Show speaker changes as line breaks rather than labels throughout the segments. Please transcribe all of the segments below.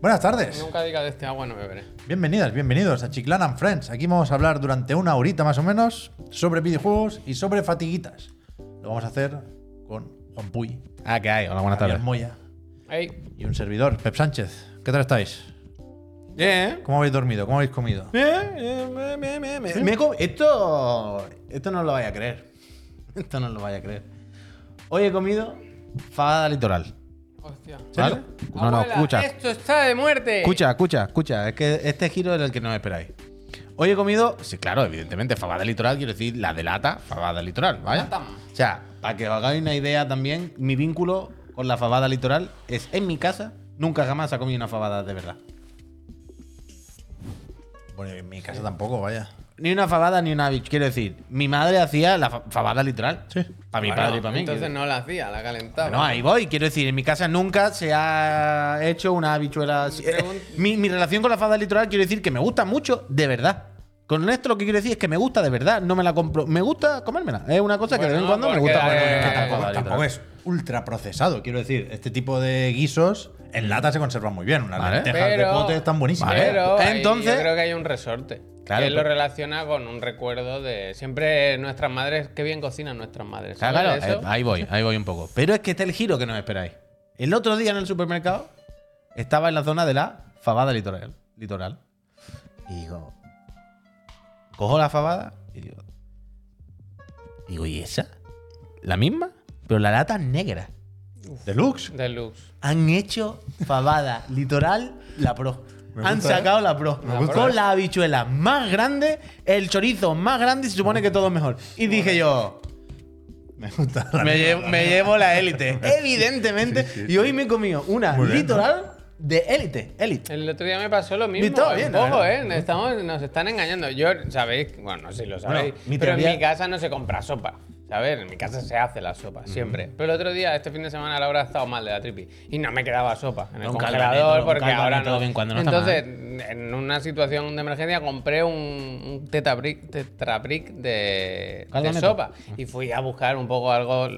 Buenas tardes.
Nunca diga de este agua no beberé.
Bienvenidas, bienvenidos a Chiclan and Friends. Aquí vamos a hablar durante una horita más o menos sobre videojuegos y sobre fatiguitas. Lo vamos a hacer con Juan Puy,
Ah, ¿qué hay? Hola, buenas
Javier
tardes.
Moya
Ey,
y un servidor, Pep Sánchez. ¿Qué tal estáis?
Bien.
¿Cómo habéis dormido? ¿Cómo habéis comido?
Bien, bien, bien, bien, bien, bien. Eh, Me he com- esto, esto no lo vaya a creer. Esto no lo vaya a creer. Hoy he comido fabada litoral.
hostia.
¿Vale? No, no,
Abuela,
escucha.
Esto está de muerte.
Escucha, escucha, escucha. Es que este giro es el que no esperáis. Hoy he comido, sí, claro, evidentemente, fabada litoral, quiero decir la de lata, fabada litoral, ¿vale?
Latam.
O sea, para que os hagáis una idea también, mi vínculo con la fabada litoral es en mi casa, nunca jamás ha comido una fabada de verdad.
Bueno, en mi casa tampoco, vaya.
Ni una fabada ni una bich. Quiero decir, mi madre hacía la fa- fabada literal.
Sí.
Para mi
Bueno,
padre y para mí.
Entonces
quiero
no la hacía, la calentaba.
decir. No, ahí voy. Quiero decir, en mi casa nunca se ha hecho una habichuela. así. Eh,
Pregun-
Mi, mi relación con la fabada litoral quiero decir que me gusta mucho, de verdad. Con esto lo que quiero decir es que me gusta de verdad, no me la compro. Me gusta comérmela. Es una cosa que de
Bueno,
vez en cuando me
porque,
gusta
eh,
comerme. una
tampoco-
fabada litoral.
Tampoco es ultra procesado, quiero decir. Este tipo de guisos en lata se conservan muy bien. Unas
Vale.
lentejas de pote están buenísimas. ¿eh?
Vale.
Pero ahí
¿eh? Entonces-
yo creo que hay un resorte.
Claro,
que él
pero-
lo relaciona con un recuerdo de siempre nuestras madres, qué bien cocinan nuestras madres.
Claro,
¿sabes
claro,
eso?
eh, ahí voy, ahí voy un poco. Pero es que está el giro que nos esperáis. El otro día en el supermercado estaba en la zona de la fabada litoral. litoral y digo, cojo la fabada y digo, digo, ¿y esa? ¿La misma? Pero la lata es negra.
Deluxe.
Deluxe.
Han hecho fabada litoral la pro.
Me
Han
gusta,
sacado la pro.
Me gusta.
Con la habichuela más grande, el chorizo más grande y se supone que todo es mejor. Y dije yo,
Me gusta. la
me,
lata.
llevo, me llevo la élite, evidentemente.
Sí, sí,
Y hoy me he comido una
Muy bien,
litoral de élite, élite.
El otro día me pasó lo mismo.
Visto,
un
bien,
poco,
la
¿eh? Estamos, nos están engañando. Yo, sabéis, bueno, no sé si lo sabéis,
mi
pero
teoría-
en mi casa no se compra sopa. ¿Sabes? En mi casa se hace la
Mm.
sopa, siempre. Pero el otro día, este fin de semana, Laura ha estado mal de la tripi. Y no me quedaba sopa en el
Un
congelador
calvaneto, un
porque
calvaneto
ahora no.
de vez en cuando no está
Entonces, en una situación de emergencia, compré un, un tetrabric, tetrabric de, de
Calvaneto.
sopa. Y fui a buscar un poco algo,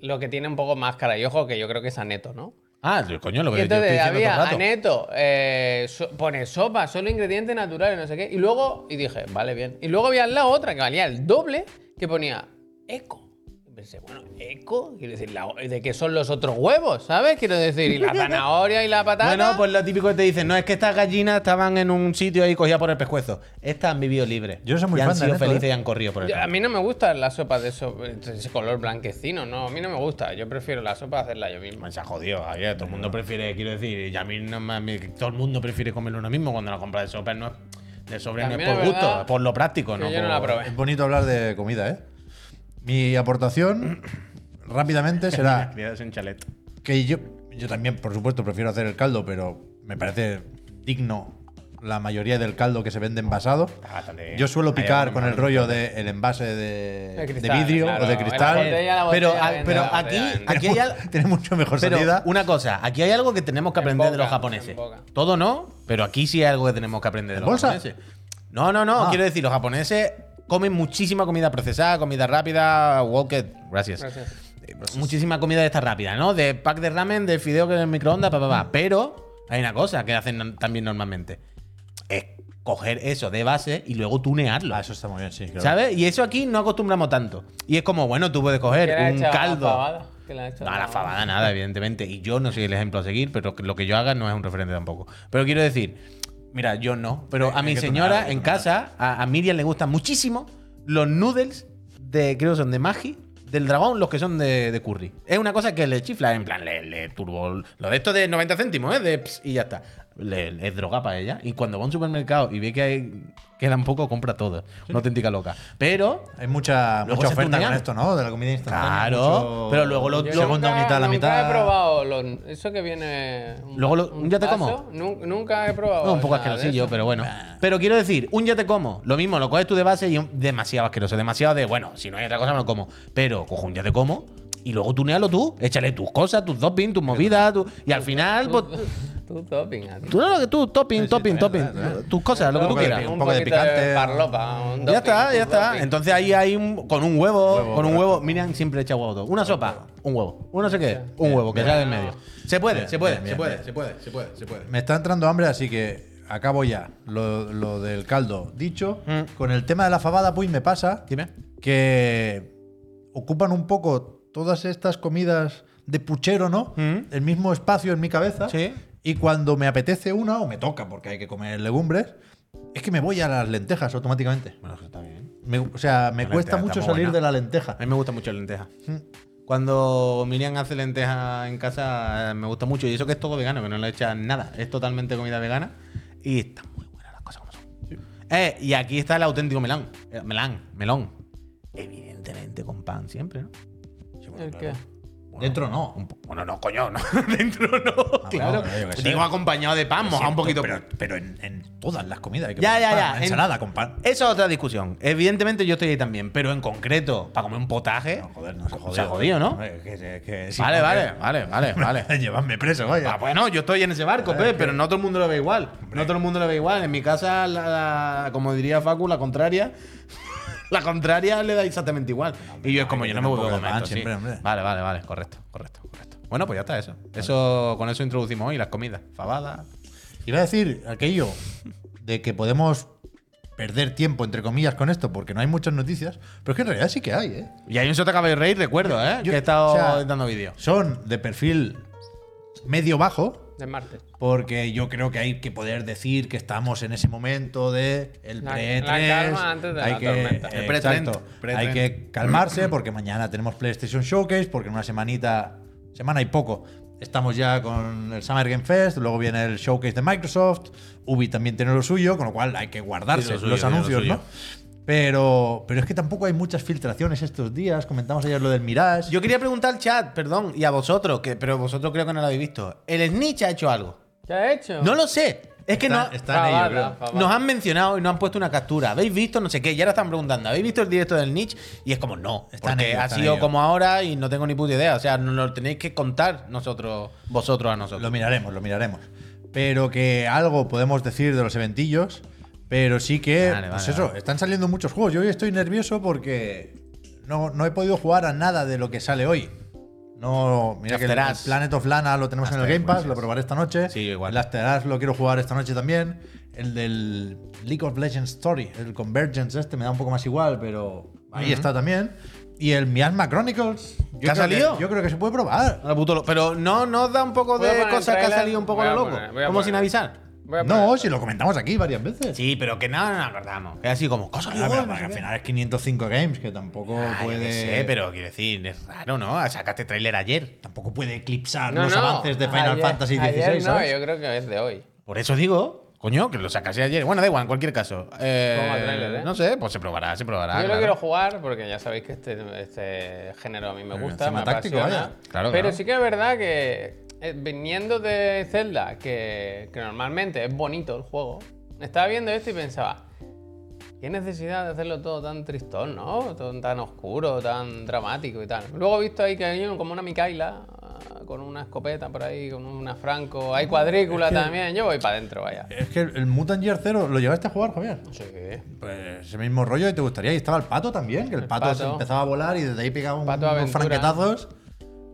lo que tiene un poco más cara y ojo, que yo creo que es aneto, ¿no?
Ah, yo, coño, lo
Y
que yo estoy
entonces
diciendo todo el
había
rato.
aneto, eh, so- pone sopa, solo ingredientes naturales, no sé qué. Y luego, y dije, vale, bien. Y luego había al lado otra que valía el doble, que ponía eco. Y pensé, bueno, eco, quiero decir, la- ¿de qué son los otros huevos? ¿Sabes? Quiero decir, y la zanahoria y la patata.
Bueno, pues lo típico que te dicen, no, es que estas gallinas estaban en un sitio ahí cogidas por el pescuezo. Estas han vivido libres.
Yo soy muy
y
fan
han
de
sido
Neto,
felices
¿eh?
y han corrido por el
Yo- a
campo.
mí no me gusta la sopa de eso, de ese color blanquecino, no, a mí no me gusta. Yo prefiero la sopa hacerla yo mismo.
Me se ha jodido, Javier. Todo el mundo prefiere, quiero decir, y a mí no me- a mí- todo el mundo prefiere comerlo uno mismo cuando la compra de sopa. No, es- de sobre no es
También
por
es verdad
gusto, es por lo práctico.
que
no pues,
yo no
por-
la probé.
Es bonito hablar de comida, ¿eh? Mi aportación rápidamente será
Es un chalet.
que yo, yo también, por supuesto, prefiero hacer el caldo, pero me parece digno la mayoría del caldo que se vende envasado.
Está bastante bien.
Yo suelo
Eh, Hay
picar
algunos
con el
más
rollo del envase de,
De
de
cristal,
vidrio
claro,
o de
la
cristal.
botella, la
Pero,
botella
a-
vende,
pero
la
aquí,
botella vende.
aquí hay algo.
Tiene mucho mejor
Pero
salida.
una cosa, aquí hay algo que tenemos que
En
aprender de
boca,
los japoneses.
en boca.
Todo no, pero aquí sí hay algo que tenemos que aprender de
¿En
los
bolsa?
japoneses. No, no, no.
Ah.
Quiero decir, los japoneses comen muchísima comida procesada, comida rápida, walker. Gracias.
Gracias.
Eh, Muchísima comida de esta rápida, ¿no? De pack de ramen, de fideo que en el microondas, pa, pa, pa. Pero hay una cosa que hacen también normalmente. Es coger eso de base y luego tunearlo.
Ah, eso está muy bien, sí. claro.
¿Sabes? Y eso aquí no acostumbramos tanto. Y es como, bueno, tú puedes coger
¿Qué le ha
un
echado a la
caldo.
fabada? ¿Qué le ha echado
No,
a
a la fabada nada, evidentemente. Y yo no soy el ejemplo a seguir, pero que lo que yo haga no es un referente tampoco. Pero quiero decir, mira, yo no. Pero a
Es
mi
que tú
señora
nada, tú
en
nada.
casa, a, a Miriam le gustan muchísimo los noodles de, creo que son de Magi, del dragón, los que son de, de curry. Es una cosa que le chifla, en plan, le, le turbo. Lo de esto de 90 céntimos, ¿eh? De, ps, y ya está. Le, le es droga para ella. Y cuando va a un supermercado y ve que hay, quedan poco, compra todo. Una auténtica loca. Pero
Hay mucha,
Luego
mucha
se
oferta
tunean.
con esto, ¿no? De la comida instantánea.
Claro,
mucho-
pero luego lo-
Yo
luego-
segunda
nunca-
mitad, la mitad.
Nunca he probado lo- eso que viene. un-
Luego lo-
un
¿ya te como?
vaso. Nun- Nunca he probado.
No, un poco
nada de
asquerosillo,
eso.
pero bueno. Pero quiero decir, un ya te como. Lo mismo, lo coges tú de base y un demasiado asqueroso. Demasiado de, bueno, si no hay otra cosa, me lo como. Pero cojo un ya te como y luego tunealo tú. Échale tus cosas, tus doping, tus movidas. tu- y al final, pues,
Tú topping, a ti.
Tú lo que tú, topping,
Sí, sí,
topping,
está
topping.
bien, está bien.
Tus cosas, lo que tú
poco de
quieras.
pi- un poco de
poquito
picante.
farlopa, un
Ya
doping,
está,
un
ya está.
doping.
Entonces ahí hay un, con un huevo,
Huevo,
con un
correcto.
huevo. Miran siempre echa huevo todo. Una sopa, un huevo. Uno no sé qué, un huevo que
bien.
sale en medio. Se puede,
Bien,
se puede,
bien,
se
bien,
puede,
bien.
se puede, se puede, se puede.
Me está entrando hambre, así que acabo ya lo, lo del caldo dicho.
Mm.
Con el tema de la fabada, pues me pasa
Dime.
que ocupan un poco todas estas comidas de puchero, ¿no?
Mm.
El mismo espacio en mi cabeza.
Sí.
Y cuando me apetece una, o me toca porque hay que comer legumbres, es que me voy a las lentejas automáticamente.
Bueno, eso está bien.
Me- o sea, me
La lenteja
cuesta
está
mucho
muy
salir
buena.
de la lenteja.
A mí me gusta mucho la lenteja.
Mm.
Cuando Miriam hace lenteja en casa, eh, me gusta mucho. Y eso que es todo vegano, que no le echan nada. Es totalmente comida vegana. Y está muy buena las cosas como son. Eh, y aquí está el auténtico melón. Eh, Melán, melón. Evidentemente con pan siempre, ¿no?
¿El qué?
Dentro no.
Un po- Bueno, no, coño, no. Dentro no, claro.
Ah, bueno, yo qué sé.
Digo acompañado de pan, mojado un poquito.
Pero, pero en, en todas las comidas hay que
Ya,
poner
ya,
pan,
ya. En-
Ensalada con pan.
Esa es otra discusión. Evidentemente yo estoy ahí también, pero en concreto, para comer un potaje.
No, joder, no se ha jodido.
Se ha jodido, ¿no?
Hombre, que se- que si
vale,
no,
vale, vale, vale, vale.
que- Llevadme preso, vaya.
Ah, bueno, yo estoy en ese
Ah,
barco, Pepe, pero no todo el mundo lo ve igual. No todo el mundo lo ve igual. En mi casa, la- la- como diría Facu, la contraria. la contraria le da exactamente igual. y yo es como,
hay que
yo no me
tener un
vuelvo a
poco de
comer.
pan
esto, sí.
siempre, hombre.
Vale, vale, vale. Correcto, correcto, correcto. Bueno, pues ya está eso. Eso, con eso introducimos hoy las comidas. Fabada.
Iba a decir aquello de que podemos perder tiempo, entre comillas, con esto, porque no hay muchas noticias, pero es que en realidad sí que hay, ¿eh?
Y hay un Sota Caballo Rey, recuerdo, ¿eh?
yo-
que he estado
o sea,
dando vídeos.
Son de perfil medio-bajo,
Del martes.
porque yo creo que hay que poder decir que estamos en ese momento de el
La-
pre
la calma antes de la
hay que,
tormenta.
eh,
El pre-trend,
exacto.
pre-trend.
hay que calmarse porque mañana tenemos PlayStation Showcase, porque en una semanita, semana y poco, estamos ya con el Summer Game Fest, luego viene el Showcase de Microsoft, Ubi también tiene lo suyo, con lo cual hay que guardarse
Tiene lo suyo,
los
tiene lo
anuncios,
suyo.
¿no? Pero, pero es que tampoco hay muchas filtraciones estos días. Comentamos ayer lo del Mirage.
Yo quería preguntar al chat, perdón, y a vosotros, que, pero vosotros creo que no lo habéis visto. ¿El Snitch ha hecho algo?
¿Qué ha hecho?
No lo sé. Es que
Está-
no.
está en ello,
Fabada,
creo.
fabada.
Nos han mencionado y nos han puesto una captura. ¿Habéis visto? No sé qué. Y ahora están preguntando. ¿Habéis visto el directo del Nietzsche? Y es como, no.
Está en
porque
ello,
ha
está en
sido
ello.
como ahora y no tengo ni puta idea. O sea, nos lo tenéis que contar nosotros, vosotros a nosotros.
Lo miraremos, lo miraremos. Pero que algo podemos decir de los eventillos. Pero sí que,
Vale,
pues
vale,
eso,
vale.
están saliendo muchos juegos. Yo hoy estoy nervioso porque no, no he podido jugar a nada de lo que sale hoy. No, mira que el,
After Us.
el Planet of Lana lo tenemos en el
After
Game Pass,
Us.
lo probaré esta noche.
Sí, yo igual.
El After Us lo quiero jugar esta noche también. El del League of Legends Story, el Convergence este me da un poco más igual, pero ahí está también. Y el Miasma Chronicles. yo
¿Que ha
creo
salido?
yo creo que se puede probar.
Ahora, puto lo- Pero no nos da un poco
Voy a
de
poner el
cosas que ha
trailer.
salido un poco
Voy
a
a
lo loco.
poner, voy a
como sin
poner.
avisar.
Voy a
No,
poner-
si lo comentamos aquí varias veces.
Sí, pero que nada, no nos acordamos. Es así como, cosa
Ah, pero porque al final es 505 games, que tampoco
Ah,
Ah,
puede.
pero quiero decir, es raro, ¿no? Sacaste tráiler ayer.
Tampoco puede eclipsar
No,
los
no.
avances de Final
Ayer-
Fantasy XVI,
ayer No,
¿sabes?
yo creo que es de hoy.
Por eso digo, coño, que lo sacase ayer. Bueno, da igual, en cualquier caso. Eh,
Como tráiler, ¿eh?
No sé, pues se probará, se probará.
yo lo
claro.
quiero jugar porque ya sabéis que este, este género a mí me
Pero
gusta,
encima
me
táctico,
apasiona.
vaya.
Claro,
pero
claro.
sí que es verdad que eh, viniendo de Zelda, que, que normalmente es bonito el juego, estaba viendo esto y pensaba, qué necesidad de hacerlo todo tan tristón, ¿no? Tan, tan oscuro, tan dramático y tal. Luego he visto ahí que hay un- como una Micaela ah, con una escopeta por ahí, con una Franco, hay cuadrícula también, yo voy para adentro, vaya.
Es que el Mutant Year Zero lo llevaste a jugar, Javier.
Sí.
Pues ese mismo rollo y te gustaría. Y estaba el pato también, que el,
El
pato, se
pato.
empezaba a volar y desde ahí pegaba un-
Pato
unos
Aventura.
franquetazos.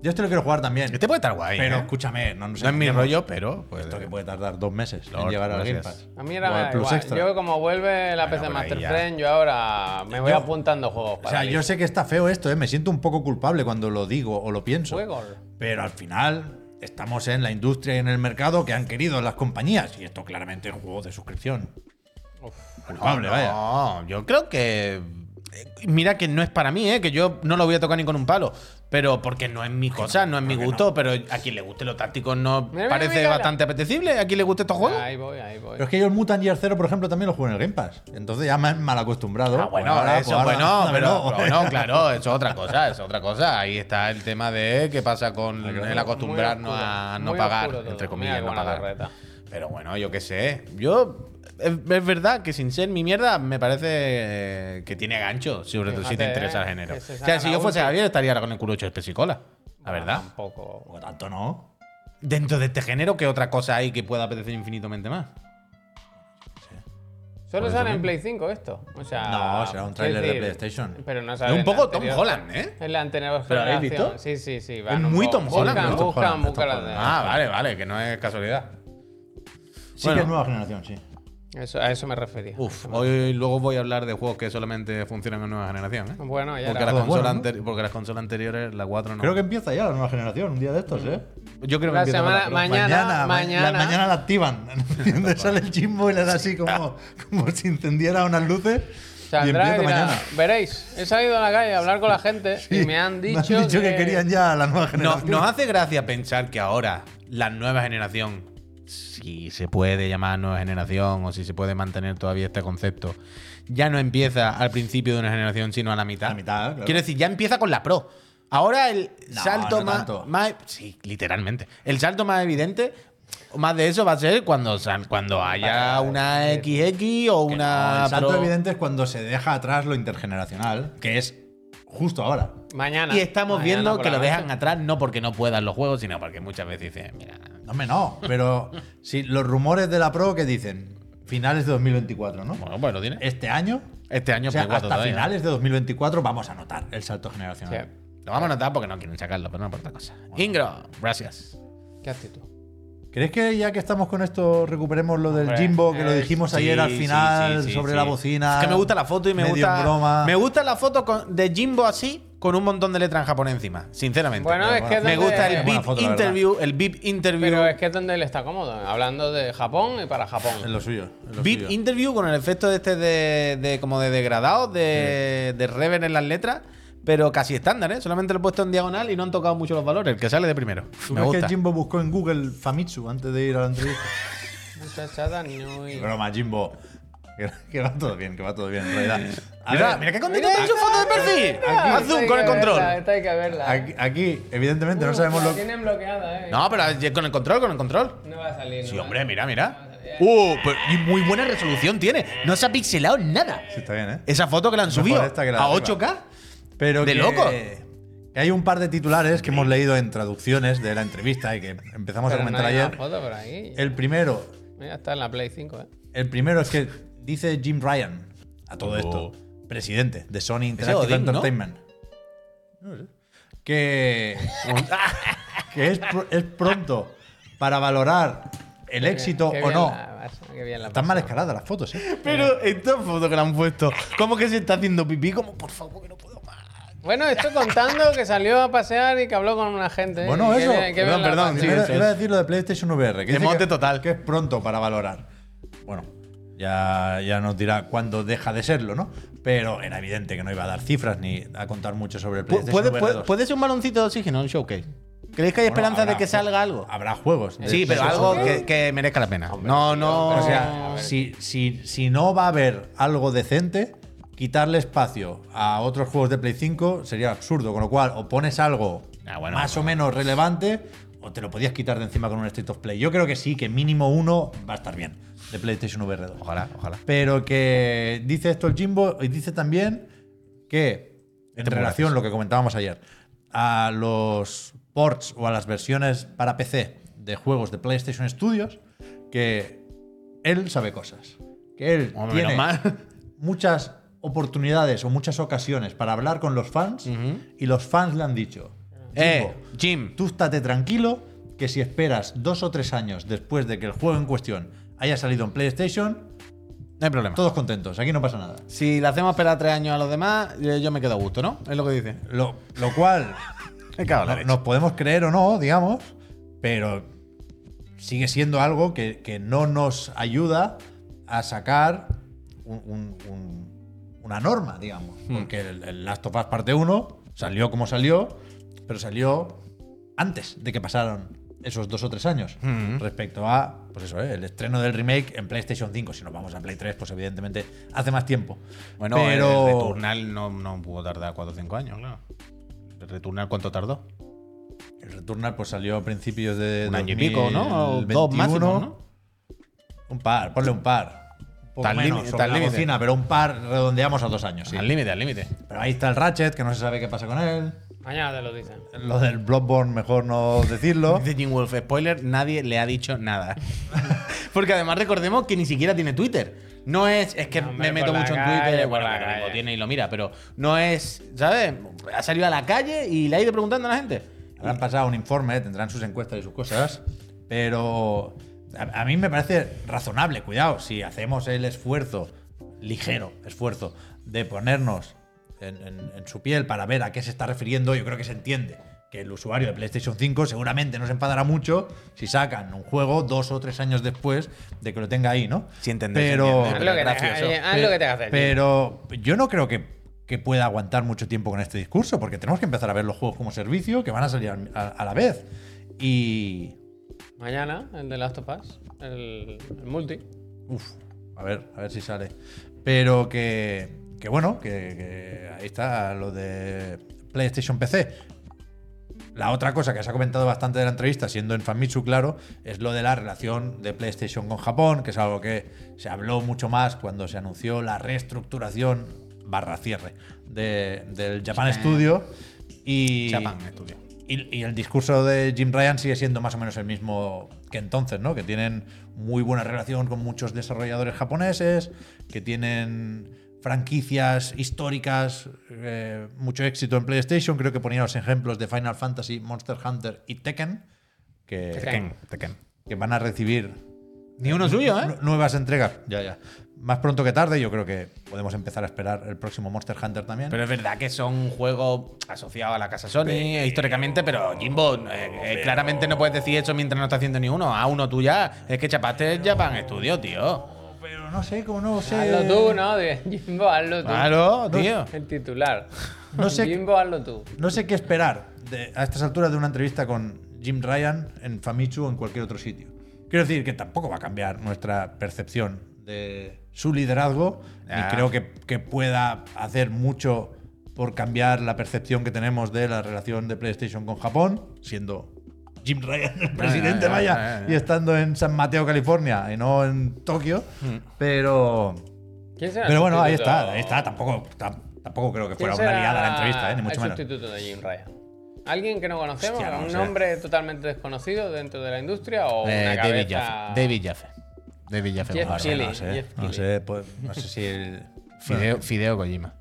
Yo este lo quiero jugar también.
Este puede estar guay.
pero
¿eh?
escúchame, no, no sé
No es mi
qué-
rollo, pero. puede.
Esto que puede tardar dos meses en
Lord,
llegar al Game
gracias.
Pass.
A mí ahora
O
me
al
da
Plus
igual.
Extra.
Yo como vuelve la PC
por ahí
Master
ya.
Friend, yo ahora me voy
Yo-
apuntando
O
juegos para
sea,
la
yo
lista.
sé que está feo esto, ¿eh? me siento un poco culpable cuando lo digo o lo pienso.
Juegos.
Pero al final estamos en la industria y en el mercado que han querido las compañías. Y esto claramente es juego de suscripción.
Uf.
Culpable,
no, eh.
vaya.
yo creo que. eh, Mira que no es para mí, ¿eh? que yo no lo voy a tocar ni con un palo. Pero porque no es mi cosa, no es mi gusto. Pero a quien le guste lo táctico no
Mira, mira,
parece
mira, mira.
bastante apetecible. A quien le guste estos juegos.
Ahí voy, ahí voy.
Pero es que yo el Mutant Year Zero, por ejemplo, también lo juego en el Game Pass. Entonces ya me han mal acostumbrado.
Ah, bueno,
Pues ahora,
eso,
pues ahora,
bueno,
dámelo.
pero, pero bueno, claro, eso es otra cosa, eso es otra cosa. Ahí está el tema de qué pasa con el acostumbrarnos
Muy oscuro,
a no
muy
pagar,
oscuro todo.
entre
Mira
comillas,
qué
no
buena
pagar.
carreta.
Pero bueno, yo qué sé. Yo. Es, es verdad que sin ser mi mierda, me parece eh, que tiene gancho, sobre todo si te
Fíjate,
interesa el
eh,
género. O
que se
sea,
saca
si
la
yo fuese
ulti.
Javier, estaría ahora con el culo hecho de pesicola, la
Ah,
verdad.
Tampoco.
Tampoco Pues tanto no.
Dentro de este género, ¿qué otra cosa hay que pueda apetecer infinitamente más?
Eh. Solo
eso
sale en
mismo.
Play 5 esto. O sea,
No, será un tráiler de
quiero
PlayStation.
Pero no
Es
sale
un
en
poco
la
Tom
anterior-
Holland, ¿eh?
En la anterior
¿Pero lo habéis
generación.
visto?
Sí, sí, sí.
Es
van un
muy
poco-
Tom Holland,
Buscan,
¿no? Tom
buscan,
Holland, es Tom
buscan las de-
Holland.
Ah, vale, vale, que no es casualidad.
Sí
Bueno.
que es nueva generación, sí.
Eso, a eso me refería.
Uf, hoy luego voy a hablar de juegos que solamente funcionan en nueva generación, ¿eh?
Bueno, ya
Porque
era.
las,
Pues bueno,
consolas
¿no?
anteri- porque las consolas anteriores, la 4 no.
Creo que empieza ya la nueva generación, un día de
Mm.
estos, ¿eh?
Yo creo que
La
empieza con
semana-
la-
mañana-
ma-
mañana.
La, mañana la activan. Donde sale el chimbo y le da así como, como si encendiera unas luces. y
Saldrá
empieza
y dirá,
mañana.
veréis, he salido a la calle a hablar con la gente y me han dicho,
que... querían ya la nueva
No-
generación.
nos hace gracia pensar que ahora la nueva generación, si se puede llamar nueva generación o si se puede mantener todavía este concepto, ya no empieza al principio de una generación, sino a la mitad.
A la mitad, claro.
Quiero decir, ya empieza con la pro. Ahora el
No,
salto
no
más,
tanto.
más- Sí, literalmente. El salto más evidente. Más de eso va a ser cuando, sal- cuando haya una XX o
Que no,
una.
el salto
pro.
evidente es cuando se deja atrás lo intergeneracional, que es justo ahora.
mañana.
Y estamos
mañana
viendo
por
que
la
lo
noche".
dejan atrás no porque no puedan los juegos, sino porque muchas veces dicen, mira,
No, hombre, no. Pero si los rumores de la Pro que dicen finales de 2024, ¿no?
bueno, pues lo tiene.
Este año,
Este año
o sea,
Play 4
hasta
todavía.
finales de 2024 vamos a notar el salto generacional.
Sí,
Lo vamos a notar porque no quieren sacarlo, pero no importa cosa. Ingro, gracias.
¿Qué actitud?
¿Crees que ya que estamos con esto recuperemos lo del
Hombre,
Jimbo que lo
eh,
dijimos
sí,
ayer al
sí,
final
sí, sí,
sobre
sí.
la bocina?
Es que me gusta la foto y me
medio
gusta.
en broma.
Me gusta la foto con- de Jimbo así, con un montón de letras en japonés encima, sinceramente.
Bueno,
pero
es que
bueno.
es
me
donde-
gusta
Es
el
buena
VIP
foto, la verdad.
interview, el VIP interview.
Pero es que es donde él está cómodo, hablando de Japón y para Japón.
Es lo suyo. es lo
VIP
suyo.
interview con el efecto de este de, de- como de degradado, de, de rever en las letras, pero casi estándar, ¿eh? Solamente lo he puesto en diagonal y no han tocado mucho los valores. El que sale de primero.
¿Tú
Me
crees
gusta.
que Jimbo buscó en Google Famitsu antes de ir a la entrevista?
Muchachada, no hay-
Broma, Jimbo. Que, que va todo bien, que va todo bien, en realidad. A
Mira,
ver,
mira qué contento
Mira,
está en su foto de perfil. Haz
Esta hay
zoom con
que
el control.
verla, esta hay que verla.
aquí, aquí, evidentemente, no
Uh,
sabemos
la
lo que.
tienen bloqueada, eh.
No, pero con el control, con el control.
No va a salir.
Sí,
no va a
hombre,
salir.
mira, mira. Uh, pero- y muy buena resolución tiene. No se ha pixelado nada.
Sí, está bien, ¿eh?
Esa foto que la han
Mejor
subido
esta que la de
a
arriba.
8K.
Pero
de
que-
loco.
que hay un par de titulares que hemos leído en traducciones de la entrevista y que empezamos a
Pero no
comentar
hay una
ayer.
foto por ahí.
El primero,
Mira, está en la Play 5, eh.
el primero es que dice Jim Ryan a todo
Oh.
esto, presidente de Sony Interactive
Odín, ¿no?
Entertainment. No sé. Que, que es, pro- es pronto para valorar el éxito
Qué
o
bien
no.
la- qué bien la
Están
pasó.
mal escaladas las fotos, ¿eh?
Pero esta foto que la han puesto, como que se está haciendo pipí, como por favor que no puedo más.
Bueno, estoy contando que salió a pasear y que habló con una gente. ¿eh?
Bueno,
Qué
eso.
bien- qué
Perdón,
bien la
perdón,
pasó.
sí,
iba,
eso
iba a
es.
decir lo de PlayStation VR. Que dice
Desmonte
que-
total.
Que es pronto para valorar. Bueno, ya, ya nos dirá cuándo deja de serlo, ¿no? Pero era evidente que no iba a dar cifras ni a contar mucho sobre el PlayStation
¿Puede,
VR 2.
ser un baloncito de oxígeno en showcase? ¿Creéis que hay
Bueno,
esperanza
habrá
de que
ju-
salga algo?
Habrá juegos. de
Sí, pero
PlayStation
algo
VR.
que, que merezca la pena. No, no.
O
pero-
sea,
A ver.
si, si, si no va a haber algo decente, quitarle espacio a otros juegos de Play 5 sería absurdo. Con lo cual, o pones algo
Ah, bueno,
más
bueno.
o menos relevante, o te lo podías quitar de encima con un State of Play. Yo creo que sí, que mínimo uno va a estar bien de PlayStation VR 2.
ojalá, ojalá.
Pero que dice esto el Jimbo y dice también que en
Temporadas.
relación lo que comentábamos ayer a los ports o a las versiones para PC de juegos de PlayStation Studios que él sabe cosas, que él
Hombre,
tiene
menos mal.
muchas oportunidades o muchas ocasiones para hablar con los fans y los fans le han dicho,
Eh,
Jimbo,
Jim.
Tú estate tranquilo que si esperas dos o tres años después de que el juego en cuestión haya salido en PlayStation,
No hay problema.
todos contentos, aquí no pasa nada.
Si le hacemos esperar tres años a los demás, eh, yo me quedo a gusto, ¿no? Es lo que dice.
Lo, lo cual
Me cago en la
no-
leche.
nos podemos creer o no, digamos, pero sigue siendo algo que, que no nos ayuda a sacar un- un- un- una norma, digamos.
Hmm.
Porque el, el Last of Us parte 1 salió como salió, pero salió antes de que pasaran esos dos o tres años.
Hmm.
Respecto a, pues eso, ¿eh? el estreno del remake en PlayStation 5. Si nos vamos a Play 3, pues evidentemente hace más tiempo.
Bueno,
pero...
el Returnal no, no pudo tardar 4 o 5 años, claro. ¿El Returnal cuánto tardó?
El Returnal pues salió a principios de
Un año y pico, ¿no? O dos
2021.
máximo, ¿no?
Un par, ponle un par. Un poco
Tal
menos,
límite,
sobre
tal
la
límite.
bocina, pero un par redondeamos a dos años, sí.
Al límite, al límite.
Pero ahí está el Ratchet, que no se sabe qué pasa con él.
Mañana te lo dicen.
Lo del Bloodborne, mejor no decirlo.
Dice Jim Wolf, spoiler, nadie le ha dicho nada. Porque además recordemos que ni siquiera tiene Twitter. No es, es que
No, hombre,
me meto
por la
mucho en
calle,
Twitter,
por
bueno,
la
lo
calle.
tiene y lo mira, pero no es, ¿sabes? Ha salido a la calle y le ha ido preguntando a la gente.
Habrán pasado un informe, tendrán sus encuestas y sus cosas, pero a, a mí me parece razonable, cuidado, si hacemos el esfuerzo, ligero esfuerzo, de ponernos en, en- en su piel para ver a qué se está refiriendo, yo creo que se entiende que el usuario de PlayStation 5 seguramente no se enfadará mucho si sacan un juego dos o tres años después de que lo tenga ahí, ¿no?
Sí, entender,
Pero,
sí,
Haz lo que, te,
gracioso.
haz- haz lo que te hace.
pero yo no creo que, que pueda aguantar mucho tiempo con este discurso, porque tenemos que empezar a ver los juegos como servicio que van a salir al- a, a la vez. Y.
Mañana, el de Last of Us, el, el multi.
Uf, a ver, a ver si sale. Pero que. Que bueno, que, que ahí está lo de PlayStation PC. La otra cosa que se ha comentado bastante de la entrevista, siendo en Famitsu, claro, es lo de la relación de PlayStation con Japón, que es algo que se habló mucho más cuando se anunció la reestructuración barra cierre de- del Japan Studio. Y,
Japan Studio.
y, y el discurso de Jim Ryan sigue siendo más o menos el mismo que entonces, ¿no? Que tienen muy buena relación con muchos desarrolladores japoneses, que tienen franquicias históricas, eh, mucho éxito en PlayStation. Creo que ponía los ejemplos de Final Fantasy, Monster Hunter y Tekken, que,
Tekken, Tekken.
que van a recibir
Ni uno suyo, ¿eh?
nu- nuevas entregas. Ya, ya. Más pronto que tarde, yo creo que podemos empezar a esperar el próximo Monster Hunter también.
Pero es verdad que son juegos asociados a la casa Sony eh, históricamente, pero Jimbo, eh, eh, claramente no puedes decir eso mientras no está haciendo ni uno. A uno tú ya. Es que chapaste el Japan Studio, tío.
Pero no sé, cómo no sé.
Hazlo tú, ¿no? De- Jimbo, hazlo tú.
Claro, tío.
El titular.
No sé-
Jimbo, hazlo tú.
No sé qué esperar de- a estas alturas de una entrevista con Jim Ryan en Famitsu o en cualquier otro sitio. Quiero decir que tampoco va a cambiar nuestra percepción de su liderazgo
Ah.
y creo que, que pueda hacer mucho por cambiar la percepción que tenemos de la relación de PlayStation con Japón, siendo Jim Ryan el presidente,
ya,
vaya,
ya, ya, ya.
y estando en San Mateo, California, y no en Tokio. Pero,
¿Quién será el
pero bueno, ahí
sustituto?
está, ahí está. Tampoco, tam- tampoco creo que
¿Quién
fuera una
será
liada la entrevista, eh, ni mucho
el
menos.
sustituto de Jim Ryan? ¿Alguien que no conocemos?
Hostia, no
¿Un
sé.
nombre totalmente desconocido dentro de la industria? ¿O
Eh,
una
David
cabeza...
Jaffe. David Jaffe. David Jaffe.
Jeff
Bueno,
Ahora,
Chile,
no sé,
Jeff
no
Chile.
sé, pues, no sé si el.
Fideo, Ah, Fideo Kojima.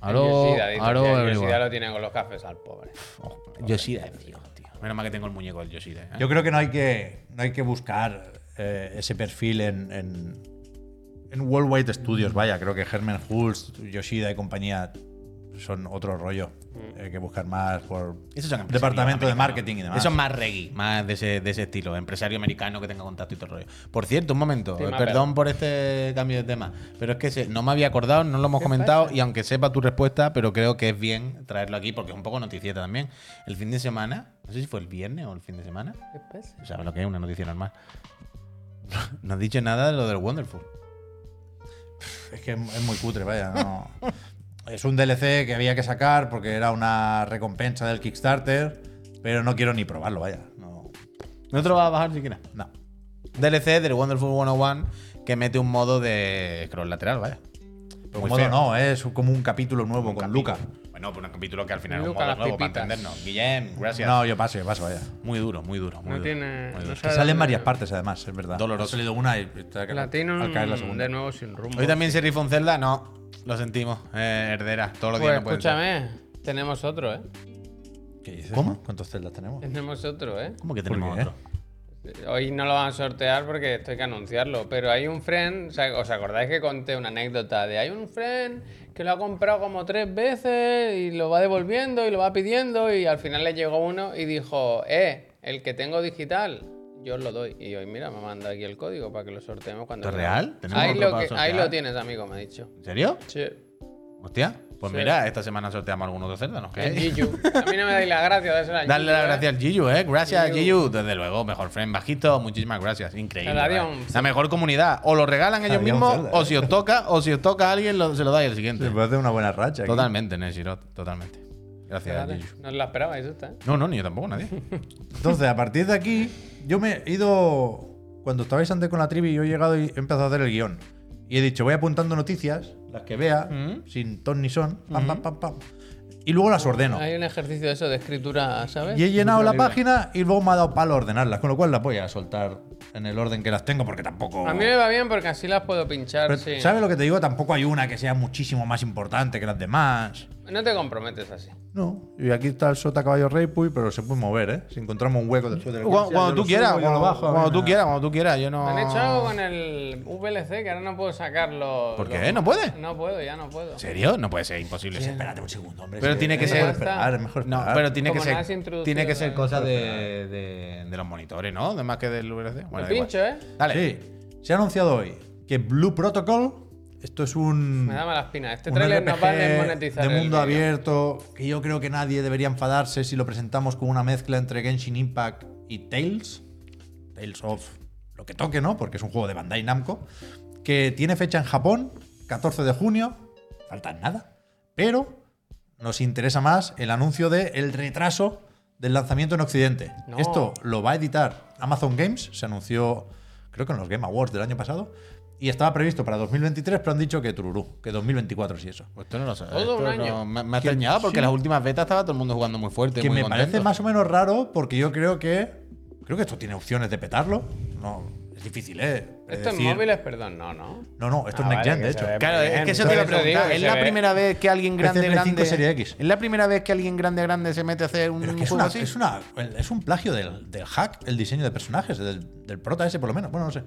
Aló,
Yoshida, dice,
aló,
que
everyone.
Yoshida lo tiene con los cafés al pobre.
Yoshida, tío, tío. Menos mal que tengo el muñeco del Yoshida. ¿eh?
Yo creo que no hay que, no hay que buscar eh, ese perfil en, en, en Worldwide Studios. Vaya, creo que Herman Hulst, Yoshida y compañía son otro rollo. Hay que buscar más por
Mm. Esos son empresarios
departamento de
americanos.
marketing y demás.
Eso es más reggae, más de ese, de ese estilo, empresario americano que tenga contacto y todo el rollo. Por cierto, un momento,
Sí,
eh,
más
perdón por este cambio de tema, pero es que se- no me había acordado, no lo hemos comentado y aunque sepa tu respuesta, pero creo que es bien traerlo aquí porque es un poco noticieta también. El fin de semana, no sé si fue el viernes o el fin de semana,
¿Qué pasa?
¿sabes lo que es? Una noticia normal. No has dicho nada de lo del Wonderful.
Es que es es muy cutre, vaya. no. es un DLC que había que sacar porque era una recompensa del Kickstarter, pero no quiero ni probarlo, vaya. No.
No te lo vas a bajar siquiera.
no.
DLC del Wonderful 101 que mete un modo de scroll lateral, vaya.
Pero
Muy
modo
feo.
no, ¿eh? es como un capítulo nuevo con
capítulo.
Luca.
Bueno, pues un capítulo que al final
Luca,
es un modo
las
nuevo para
pipitas.
entendernos. Guillem, gracias.
No, yo paso, yo paso, vaya.
Muy duro, muy duro. Muy
No
duro,
tiene-
muy
no
duro.
Que
sabe-
salen varias partes, además, es verdad.
Doloroso.
Ha salido una y está ca-
Platinum
al caer la segunda.
de nuevo sin rumbo.
Hoy también se rifa un Zelda, no. Lo sentimos, eh, Herdera. Todos los
Pues
días no pueden ser.
escúchame, tenemos otro, ¿eh?
¿Qué dices?
¿Cómo?
¿Cuántos celdas tenemos?
Tenemos otro, ¿eh?
¿Cómo que
¿Por
tenemos
qué?
otro?
Hoy no lo van a sortear porque estoy que anunciarlo, pero hay un friend, o sea, ¿os acordáis que conté una anécdota de hay un friend que lo ha comprado como tres veces y lo va devolviendo y lo va pidiendo y al final le llegó uno y dijo, eh, el que tengo digital, yo os lo doy. Y hoy, mira, me manda aquí el código para que lo sorteemos cuando...
¿Esto es
queramos.
real? ¿Tenemos
Ahí
otro
lo,
para
que- ahí
sortear?
lo tienes, amigo, me ha dicho.
¿En serio?
Sí.
Hostia. Pues
Sí.
mira, esta semana sorteamos alguno de Zelda, ¿no?
El
¿Qué?
Giyu. A mí no me dais la gracia de ser
Darle las gracias al Giyu, ¿eh? Gracias,
Giyu.
Giyu. Desde luego, mejor friend bajito. Muchísimas gracias. Increíble.
Cada día
¿vale?
un-
La mejor comunidad. O lo regalan ellos
Cada día un
mismos,
Zelda,
o
¿eh?
si os toca, o si os toca a alguien, lo- se lo dais el
Se
siguiente.
puede hacer una buena racha. aquí.
Totalmente, Neshirot, totalmente. Gracias, Giyu.
No os la esperabais esta, ¿eh?
No, no, ni yo tampoco, nadie.
Entonces, a partir de aquí, yo me he ido. Cuando estabais antes con la trivi, yo he llegado y he empezado a hacer el guión. Y he dicho, voy apuntando noticias, las que vea,
Mm.
sin ton ni son, pam, pam, pam, pam. y luego las ordeno.
Hay un ejercicio de eso de escritura, ¿sabes?
Y he llenado la página y luego me ha dado palo ordenarlas, con lo cual las voy a soltar en el orden que las tengo porque tampoco...
A mí me va bien porque así las puedo pinchar.
Pero,
sin-
¿Sabes lo que te digo? Tampoco hay una que sea muchísimo más importante que las demás.
No te comprometes así.
No, y aquí está el Sota Caballo Rey Puy, pero se puede mover, ¿eh? Si encontramos un hueco después de la
Cuando, cuando tú
lo
quieras,
subo, yo
cuando,
lo bajo, a
cuando
mí
tú
me-
quieras, cuando tú quieras. Yo no.
Ah.
Me han hecho algo con el VLC que ahora no puedo sacarlo.
¿Por qué? ¿No puede?
No puedo, ya no puedo.
¿En serio? No puede ser imposible. eso.
Espérate un segundo, hombre.
Pero
si
tiene que
es
ser-
mejor esperar, es mejor
No,
esperar.
pero tiene que
Como no has
ser,
introducido
tiene que ser
la-
cosa de, de, de los monitores, ¿no? De más que del VLC. Bueno,
Lo
da igual.
pincho, ¿eh?
Dale.
Sí, se ha anunciado hoy que Blue Protocol, esto es un.
Me da mala espina. Este
un
tráiler nos va a
RPG
desmonetizar.
De
el
mundo
vídeo.
abierto, que yo creo que nadie debería enfadarse si lo presentamos como una mezcla entre Genshin Impact y Tales. Tales of lo que toque, ¿no? Porque es un juego de Bandai Namco. Que tiene fecha en Japón, 14 de junio. Falta nada. Pero nos interesa más el anuncio del el retraso del lanzamiento en Occidente.
No.
Esto lo va a editar Amazon Games. Se anunció, creo que en los Game Awards del año pasado. Y estaba previsto para 2023, pero han dicho que tururú, que 2024 sí eso.
Pues esto no lo sé.
Todo
esto
un
no-
año.
me, me ha extrañado porque
sí.
las últimas betas estaba todo el mundo jugando muy fuerte.
Que
muy
me
contento.
parece más o menos raro porque yo creo que. Creo que esto tiene opciones de petarlo. No, es difícil, ¿eh?
Esto en
Predecir-
móviles, perdón, no, no.
No, no, esto es
Ah,
Next
vale,
Gen,
que
de
se
hecho.
ve
Claro, es
Bien,
que eso te iba a
por eso digo
preguntar.
que
Es
se
la
ve.
primera vez que alguien
Parece
grande,
Este Play cinco
grande.
Serie X.
Es la primera vez que alguien grande, grande se mete a hacer un
Pero es que es,
juego
una,
así.
es, una- es un plagio del, del hack, el diseño de personajes, del, del prota ese por lo menos. Bueno, no sé.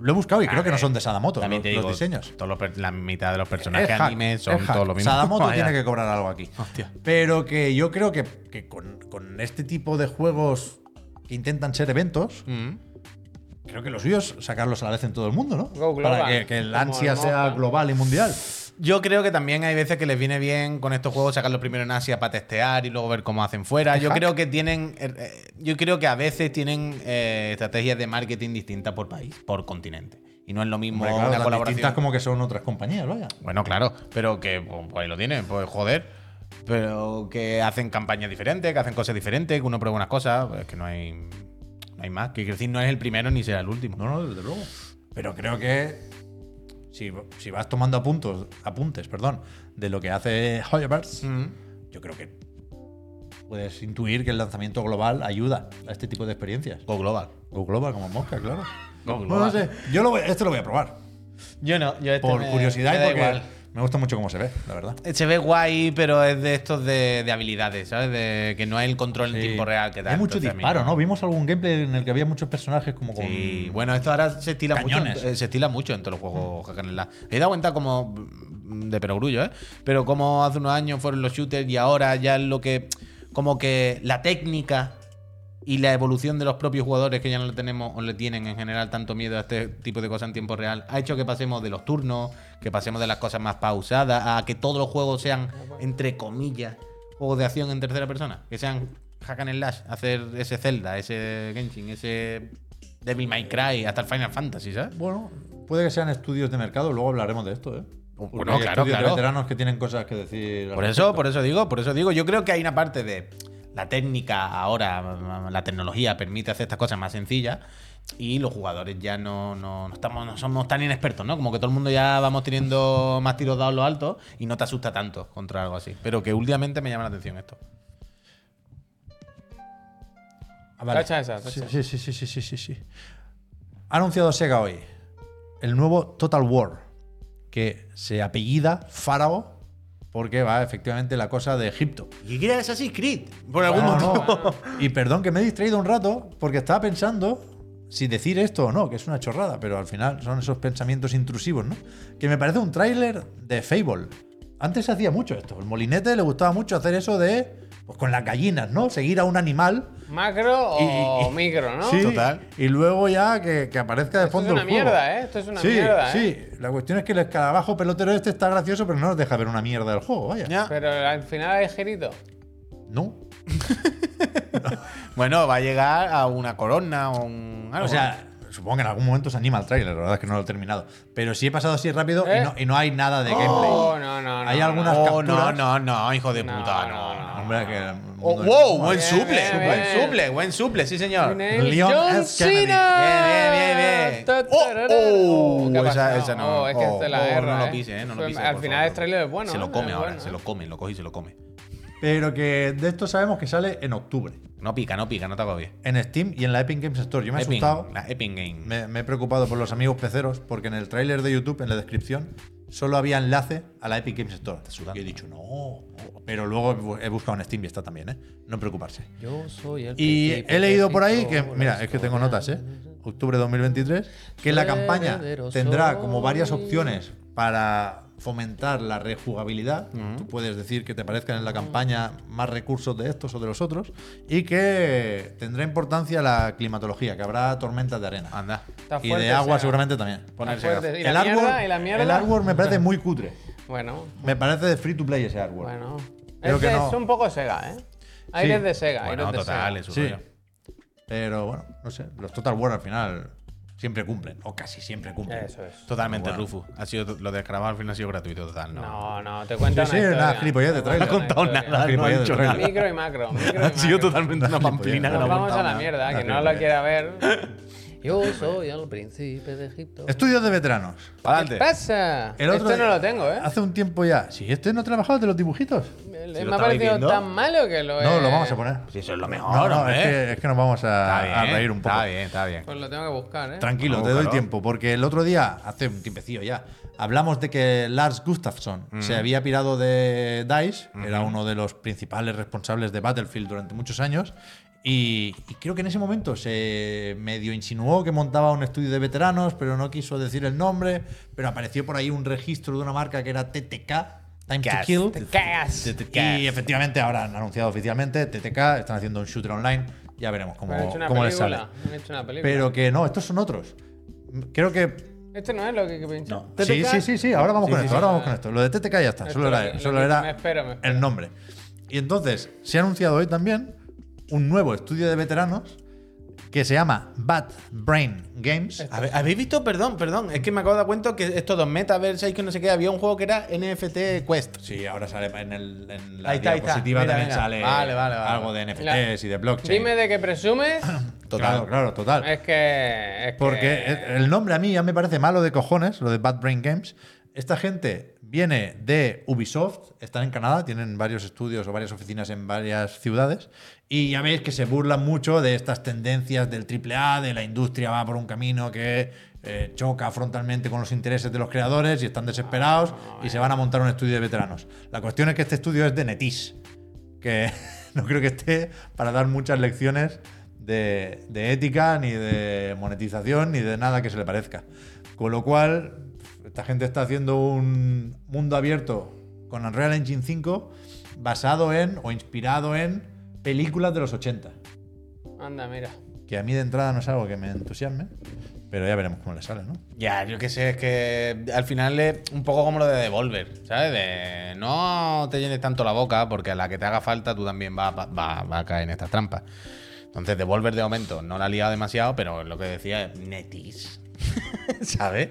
Lo he buscado y creo que no son de Sadamoto los,
También te
los
digo,
diseños.
todos los per- la mitad de los
Es
personajes
hack,
anime
es
son
hack.
todos los mismos.
Sadamoto
Vaya.
tiene que cobrar algo aquí.
Hostia.
Pero que yo creo que, que con, con este tipo de juegos que intentan ser eventos,
Mm.
creo que lo suyo es sacarlos a la vez en todo el mundo, ¿no?
Go global,
Para que, que el
como
ansia
el
sea
Moja.
global y mundial.
Yo creo que también hay veces que les viene bien con estos juegos sacarlos primero en Asia para testear y luego ver cómo hacen fuera. Yo
hack.
creo que tienen. eh, eh, Yo creo que a veces tienen eh, estrategias de marketing distintas por país, por continente. Y no es lo mismo
Hombre, claro,
una
las distintas
colaboración.
como que son otras compañías, vaya.
Bueno, claro, pero que pues, ahí lo tienen, pues joder. Pero que hacen campañas diferentes, que hacen cosas diferentes, que uno prueba unas cosas, pues, es que no hay, no hay más. Que quiero decir, no es el primero ni será el último.
No, no, desde luego. Pero creo que si, si vas tomando apuntos, apuntes perdón, de lo que hace Hoyverse,
Mm.
yo creo que puedes intuir que el lanzamiento global ayuda a este tipo de experiencias.
Go global.
Go global como mosca, claro.
Go
Bueno,
global.
no sé, yo lo voy- este lo voy a probar.
Yo no, yo este
Por
me-
curiosidad
me
y
da
porque
igual.
me gusta mucho cómo se ve, la verdad.
eh, Se ve guay, pero es de estos de, de habilidades, ¿sabes? De que no hay el control en tiempo real que tal.
Hay mucho
Entonces, a mí
disparo, ¿no? Vimos algún gameplay en el que había muchos personajes como con.
Sí, bueno, esto ahora se estila
Cañones.
mucho. eh, Se estila mucho en todos los juegos hack and slash. He dado cuenta como mm, de perogrullo, ¿eh? Pero como hace unos años fueron los shooters y ahora ya es lo que como que la técnica y la evolución de los propios jugadores que ya no le tenemos o le tienen en general tanto miedo a este tipo de cosas en tiempo real ha hecho que pasemos de los turnos, que pasemos de las cosas más pausadas a que todos los juegos sean entre comillas juegos de acción en tercera persona, que sean hack and slash, hacer ese Zelda, ese Genshin, ese Devil May Cry, hasta el Final Fantasy, ¿sabes?
Bueno, puede que sean estudios de mercado, luego hablaremos de esto, ¿eh? Porque
Oh, bueno,
hay
claro,
estudios de
claro.
veteranos que tienen cosas que decir. al
Por eso,
respecto.
por eso digo, por eso digo, yo creo que hay una parte de la técnica ahora, la tecnología permite hacer estas cosas más sencillas y los jugadores ya no, no, no estamos, no somos tan inexpertos, ¿no? Como que todo el mundo ya vamos teniendo más tiros dados los altos y no te asusta tanto contra algo así. Pero que últimamente me llama la atención esto.
Ah, vale.
Tacha esa, tacha.
Sí, sí, sí, sí, sí, sí, sí, sí. Ha anunciado Sega hoy el nuevo Total War, que se apellida Fárao porque va efectivamente la cosa de Egipto.
¿Y qué era Assassin's Creed? Por
No, no. Y perdón que me he distraído un rato porque estaba pensando si decir esto o no, que es una chorrada, pero al final son esos pensamientos intrusivos, ¿no? Que me parece un tráiler de Fable. Antes se hacía mucho esto. El molinete le gustaba mucho hacer eso de, pues con las gallinas, ¿no? Seguir a un animal.
Macro
Y-
o
y-
micro, ¿no?
Sí,
Total.
Y luego ya que, que aparezca de
Esto es
fondo
una
el juego.
mierda, ¿eh? Esto es una
sí,
mierda, ¿eh?
sí. La cuestión es que el escarabajo pelotero este está gracioso, pero no nos deja ver una mierda del juego, vaya.
Ya.
Pero al final hay gerito.
No.
Bueno, va a llegar a una corona o un algo.
O sea, supongo que en algún momento se anima el tráiler, la verdad es que no lo he terminado. Pero sí he pasado así rápido y,
¿Eh?
no, y no hay nada de gameplay.
Oh, no, no, no.
Hay
no.
algunas
Oh, no,
capturas.
no, no, hijo de
No,
puta,
no,
no.
no.
Hombre, que el mundo
Oh,
del
wow,
fútbol.
buen
Bien,
suple,
bien,
buen
bien.
suple, buen suple, sí señor.
Viene el
Leon
John
F. Kennedy.
Cena.
Bien, bien, bien, bien. Oh, oh,
¿Qué ha
esa-
pasado?
esa no.
Oh, es que
Oh,
se la
oh,
erra,
no lo pise, eh, no lo
Fue-
pise,
Al
por
final
favor.
el trailer es bueno.
se
¿eh?
lo come
Es
ahora,
bueno,
se
¿eh?
lo come, lo coge y se lo come.
Pero que de esto sabemos que sale en octubre.
No pica, no pica, no te hago bien.
En Steam y en la Epic Games Store. Yo me he asustado.
La Epic Game.
Me, me he preocupado por los amigos peceros porque en el tráiler de YouTube, en la descripción, solo había enlace a la Epic Games Store.
sudando.
Y he dicho, no. Pero luego he bu- he buscado en Steam y está también, ¿eh? No preocuparse.
Yo soy el
Y
príncipe
he leído por ahí que,
Pepito,
mira,
la
es que tengo notas, ¿eh?
historia.
Octubre de 2023, que la campaña
Verdadero
tendrá
soy.
como varias opciones para fomentar la rejugabilidad. Tú puedes decir que te parezcan en la campaña más recursos de estos o de los otros. Y que tendrá importancia la climatología, que habrá tormentas de arena.
Anda.
Está
Y
fuerte
de agua
esa.
seguramente también.
Ponerse
fuerte.
gafas.
¿Y la
el,
mierda?
artwork-
¿Y la mierda?
el artwork me parece muy cutre.
Bueno,
Me parece de free to play ese artwork.
bueno.
Creo
Este
que
es
no.
un poco Sega, ¿eh? Aires de Sega.
Bueno,
aires de
total,
Sega.
es un
Sí.
rollo.
Pero bueno, no sé. Los Total War al final siempre cumplen, o casi siempre cumplen.
Eso es.
Totalmente,
Bueno.
Rufus. Ha sido, to- lo de Escarabao al final ha sido gratuito, total, ¿no?
No, no, te cuento
Sí, sí,
una historia.
nada, gilipollez, te traigo.
cuento
No
una
ha
contado
historia.
nada, no ha dicho nada.
Micro y macro. Micro y
Ha sido
macro.
totalmente una
gilipollez.
pamplina. que
Nos
no ha
vamos a
aguantado
la
nada.
mierda, que no lo quiera ver. Yo soy el príncipe de Egipto.
Estudios de veteranos.
Pa'lante.
¿Qué pasa?
El otro
Esto no
día-
lo tengo, ¿eh?
Hace un tiempo ya. Si este no trabajaba de los dibujitos.
Si lo
me ha
estabais
parecido
viendo.
tan malo que lo he...
No, lo vamos a poner.
Si Pues eso es lo
No,
mejor,
no,
hombre.
es que, es que nos vamos a,
¿eh? Está bien,
a reír un poco.
Está bien, está bien.
Pues lo tengo que buscar, ¿eh?
Tranquilo,
Vamos,
te doy
claro.
tiempo, porque el otro día, hace un tiempecillo ya, hablamos de que Lars Gustafsson
Mm.
se había pirado de DICE, era uno de los principales responsables de Battlefield durante muchos años, y, y creo que en ese momento se medio insinuó que montaba un estudio de veteranos, pero no quiso decir el nombre, pero apareció por ahí un registro de una marca que era TTK, Time
Gas,
to Kill,
te
cagas.
y efectivamente ahora han anunciado oficialmente TTK, están haciendo un shooter online, ya veremos cómo,
Me han hecho una
cómo les sale.
película. Me han hecho una película.
Pero que no, estos son otros. Creo que.
Este no es lo que, que pensé.
no. Sí, sí, sí, sí, ahora vamos con esto, ahora vamos con esto. Lo de TTK ya está,
Esto
solo
lo
era,
que-
solo
lo que-
era
me espero, me espero.
el nombre. Y entonces se ha anunciado hoy también un nuevo estudio de veteranos que se llama Bad Brain Games.
A ver, ¿Habéis visto? Perdón, perdón. Es que me acabo de dar cuenta que estos dos metaversos y que no sé qué, había un juego que era NFT Quest.
Sí, ahora sale en, el, en
Ahí está, ahí está. Mira, mira. Vale, vale, vale.
de
La- Dime de qué presumes.
Total. Claro, claro, total.
es que. es que-
Porque el nombre a mí ya me parece malo de cojones, lo de Bad Brain Games. Esta gente viene de Ubisoft, están en Canadá, tienen varios estudios o varias oficinas en varias ciudades. Y ya veis que se burlan mucho de estas tendencias del AAA, de la industria va por un camino que eh, choca frontalmente con los intereses de los creadores y están desesperados
Ah, eh.
y se van a montar un estudio de veteranos. La cuestión es que este estudio es de Netis que no creo que esté para dar muchas lecciones de, de ética, ni de monetización, ni de nada que se le parezca. Con lo cual, esta gente está haciendo un mundo abierto con Unreal Engine 5 basado en o inspirado en películas de los 80.
Anda, mira.
Que a mí de entrada no es algo que me entusiasme, pero ya veremos cómo le sale, ¿no?
Ya, yo qué sé, es que al final es un poco como lo de Devolver, ¿sabes? De no te llenes tanto la boca porque a la que te haga falta tú también vas va, va- va a caer en estas trampas. Entonces, Devolver de momento no la ha liado demasiado, pero lo que decía es netis, ¿sabes?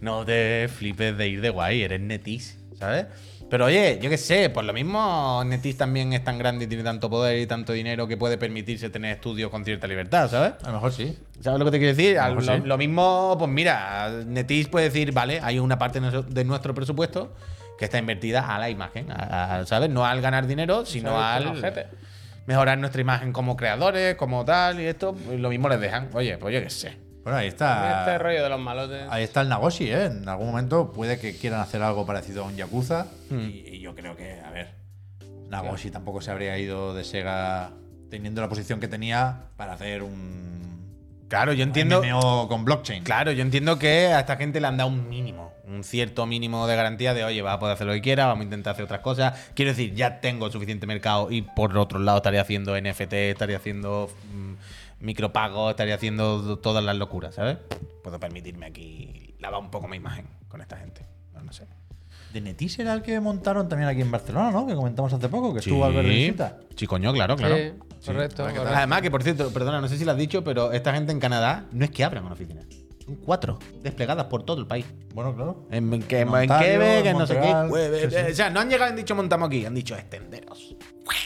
No te flipes de ir de guay, eres netis, ¿sabes? Pero oye, yo qué sé, por lo mismo Netis también es tan grande y tiene tanto poder y tanto dinero que puede permitirse tener estudios con cierta libertad, ¿sabes?
A lo mejor sí.
¿Sabes lo que te quiero decir?
A lo
Al-
mejor
Lo,
sí.
lo mismo, pues mira, Netis puede decir, vale, hay una parte de noso- de nuestro presupuesto que está invertida a la imagen, a- a- ¿sabes? No al ganar dinero, sino
¿Sabes qué
al
ojete?
mejorar nuestra imagen como creadores, como tal, y esto, pues, lo mismo les dejan. Oye, pues yo qué sé.
Bueno, ahí
Ah.
Mira
está.
este rollo de los malotes.
Ahí está el Nagoshi, ¿eh? En algún momento puede que quieran hacer algo parecido a un Yakuza.
Hmm.
Y, y yo creo que, a ver, Nagoshi tampoco se habría ido de Sega teniendo la posición que tenía para hacer un
Claro, yo entiendo.
MMO con blockchain.
Claro, yo entiendo que a esta gente le han dado un mínimo, un cierto mínimo de garantía de, oye, va a poder hacer lo que quiera, vamos a intentar hacer otras cosas. Quiero decir, ya tengo suficiente mercado y por otro lado estaría haciendo NFT, estaría haciendo mm, micropagos, estaría haciendo todas las locuras, ¿sabes? Puedo permitirme aquí lavar un poco mi imagen con esta gente. No, no sé.
De Netis era el que montaron también aquí en Barcelona, ¿no? Que comentamos hace poco, que estuvo Albert de visita.
Sí, coño, claro, claro.
Sí, correcto.
Ahora que
correcto.
Además, que por cierto, perdona, no sé si lo has dicho, pero esta gente en Canadá no es que abran una oficina. Son cuatro desplegadas por todo el país.
Bueno, claro.
En, en, que- en
Ontario,
Quebec, en no sé qué.
Montreal,
Eh,
sí, sí.
eh, O sea, no han llegado y han dicho montamos aquí, han dicho extenderos.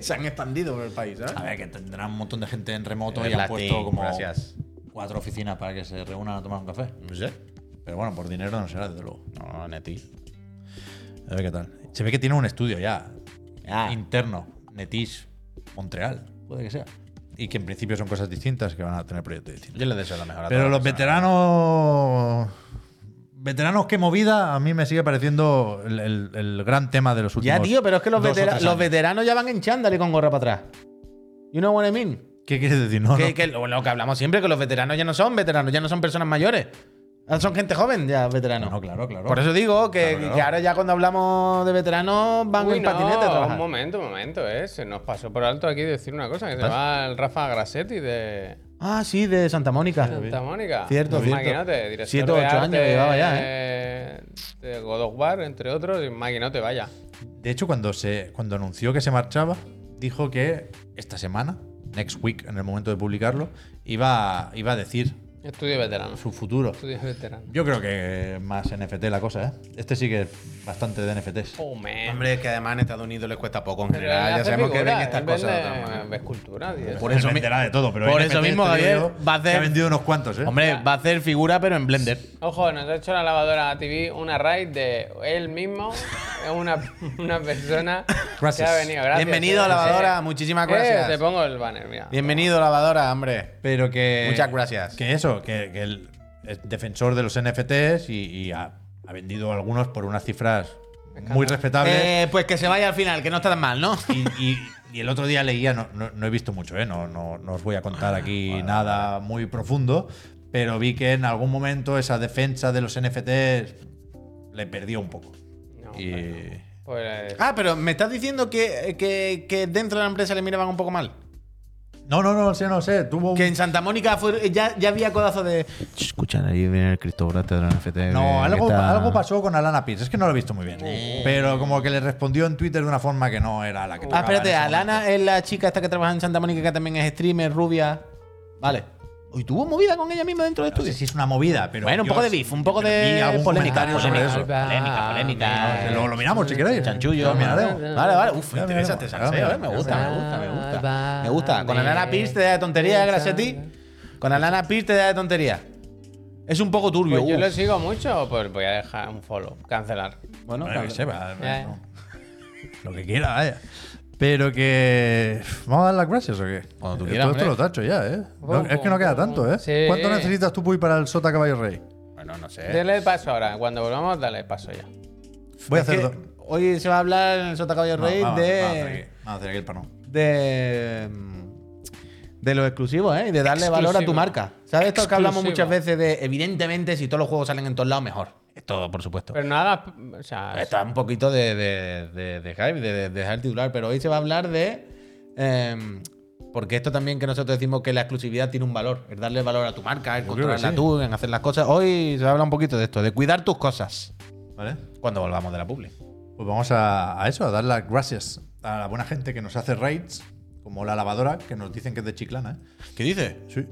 Se han expandido por el país, ¿eh? ¿sabes?
A ver, que tendrán un montón de gente en remoto
Eh,
y han
Latin,
puesto como
gracias.
cuatro oficinas para que se reúnan a tomar un café.
No sé.
Pero bueno, por dinero no será, desde luego.
No, Neti.
A ver qué tal. Se ve que tiene un estudio ya.
Ah.
interno, Netis, Montreal, puede que sea. Y que en principio son cosas distintas que van a tener proyectos distintos.
Yo le deseo lo mejor a
Pero
todas
los
las personas.
veteranos. Veteranos que movida, a mí me sigue pareciendo el, el- el gran tema de los últimos.
Ya, tío, pero es que los,
dos o
vetera-
tres
los
años.
veteranos ya van en chándal y con gorra para atrás. You know what I mean?
¿Qué quieres decir? No,
que,
no.
que lo, lo que hablamos siempre, que los veteranos ya no son veteranos, ya no son personas mayores. Ahora Son gente joven ya veteranos.
No, claro, claro.
Por eso digo que,
Claro, claro.
que ahora ya cuando hablamos de veteranos van
Uy,
en
no,
patinete a trabajar.
Un momento, un momento, eh. Se nos pasó por alto aquí decir una cosa, que se va el Rafa Grassetti de
Ah, sí, de Santa Mónica.
Santa Mónica.
Cierto, cierto.
Imagínate, director
Siete o
de
ocho
arte
años llevaba ya,
eh. De God of War, entre otros, imagínate, vaya.
De hecho, cuando, se, cuando anunció que se marchaba, dijo que esta semana, next week, en el momento de publicarlo, iba, iba a decir
Estudio veterano.
su futuro.
Estudio veterano.
Yo creo que más NFT la cosa, ¿eh? Este sí que es bastante de NFTs.
Oh, man.
Hombre, es que además en Estados Unidos les cuesta poco en
Pero él
general. Ya
hace
sabemos que ven
figuras,
estas
él vende-
cosas. de otra manera.
Ve esculturas, tío.
Por
Él
eso mi-
venderá de todo, pero
por
NFT
eso mismo,
te digo
Javier,
yo
va a
que
hacer-
ha vendido unos cuantos, ¿eh?
Hombre, va a hacer figura, pero en Blender.
Ojo, nos ha hecho la lavadora TV una raid de él mismo, es una, una persona
Gracias.
que ha venido. Gracias,
Bienvenido,
sí,
lavadora,
sí.
muchísimas
Eh,
gracias.
te pongo el banner, mira.
Bienvenido, lavadora, hombre.
Pero que.
Muchas gracias.
Que eso, que, que el es defensor de los NFTs y, y ha, ha vendido algunos por unas cifras muy respetables.
Eh, pues que se vaya al final, que no está tan mal, ¿no?
Y, y- y el otro día leía, no, no- no he visto mucho, ¿eh? no, no, no os voy a contar aquí nada muy profundo, pero vi que en algún momento esa defensa de los NFTs le perdió un poco.
No,
Y-
bueno. Pues, eh,
Ah, pero me estás diciendo que, que- que dentro de la empresa le miraban un poco mal.
No, no, no sé, no sé. Tuvo un-
Que en Santa Mónica fue- ya, ya había codazo de. Escuchan ahí viene el criptógrafo de la NFT.
No, algo, algo pasó con Alana Pierce. Es que no lo he visto muy bien. Pero como que le respondió en Twitter de una forma que no era la que
Ah,
tocaba en
espérate,
ese
Alana
momento.
es la chica esta que trabaja en Santa Mónica, que también es streamer, rubia. Vale. ¿Y tuvo movida con ella misma dentro del
No sé
estudio?
si es una movida, pero.
Bueno, un
yo
poco de
sí-
beef, un poco
pero
de
vi algún
polémica,
comentario sobre
polémica,
eso.
polémica, polémica.
Que Luego lo miramos si queréis.
Chanchullo.
Lo miraremos.
Vale, vale. Uf,
Ya
interesante
veremos,
salseo,
ya
eh. Me
veremos.
gusta, me gusta, me gusta. Me gusta. Con Alana Pierce te da de tontería, Grasetti. Con Alana Pierce te da de tontería. Es un poco turbio.
pues yo
uf.
lo sigo mucho, pues voy a dejar un follow, cancelar.
Bueno,
Bueno,
que
claro.
sepa,
Ya.
no. Lo que quiera, vaya. Pero que. ¿Vamos a dar las gracias o qué?
Cuando tú
Eh,
quieras,
Todo esto
hombre.
lo tacho ya, ¿eh? No,
Ojo,
es que no queda tanto, ¿eh?
sí.
¿Cuánto necesitas tú, Puy, para el Sota Caballo Rey?
Bueno, no sé.
Dale el paso ahora, cuando volvamos, dale el paso ya.
Voy a
Es que
hacer. dos-
Hoy se va a hablar en el Sota Caballo
No,
Rey
vamos, vamos a hacer
de,
aquí- vamos a hacer aquí el panón.
de. mm, De los exclusivos, ¿eh? Y de darle valor a tu
Exclusivo.
marca. ¿Sabes esto que
Exclusivo.
hablamos muchas veces de, evidentemente, si todos los juegos salen en todos lados, mejor? Esto, por supuesto.
Pero no hagas. O sea,
Está un poquito de, de, de- de hype, de, de dejar el titular, pero hoy se va a hablar de. em, porque esto también que nosotros decimos que la exclusividad tiene un valor, es darle valor a tu marca, es
Yo creo que
controlarla
sí.
tú, en hacer las cosas. Hoy se va a hablar un poquito de esto, de cuidar tus cosas
¿Vale?
cuando volvamos de la publi.
Pues vamos a, a eso, a dar las gracias a la buena gente que nos hace raids, como la lavadora, que nos dicen que es de Chiclana, ¿eh?
¿Qué dices?
Sí.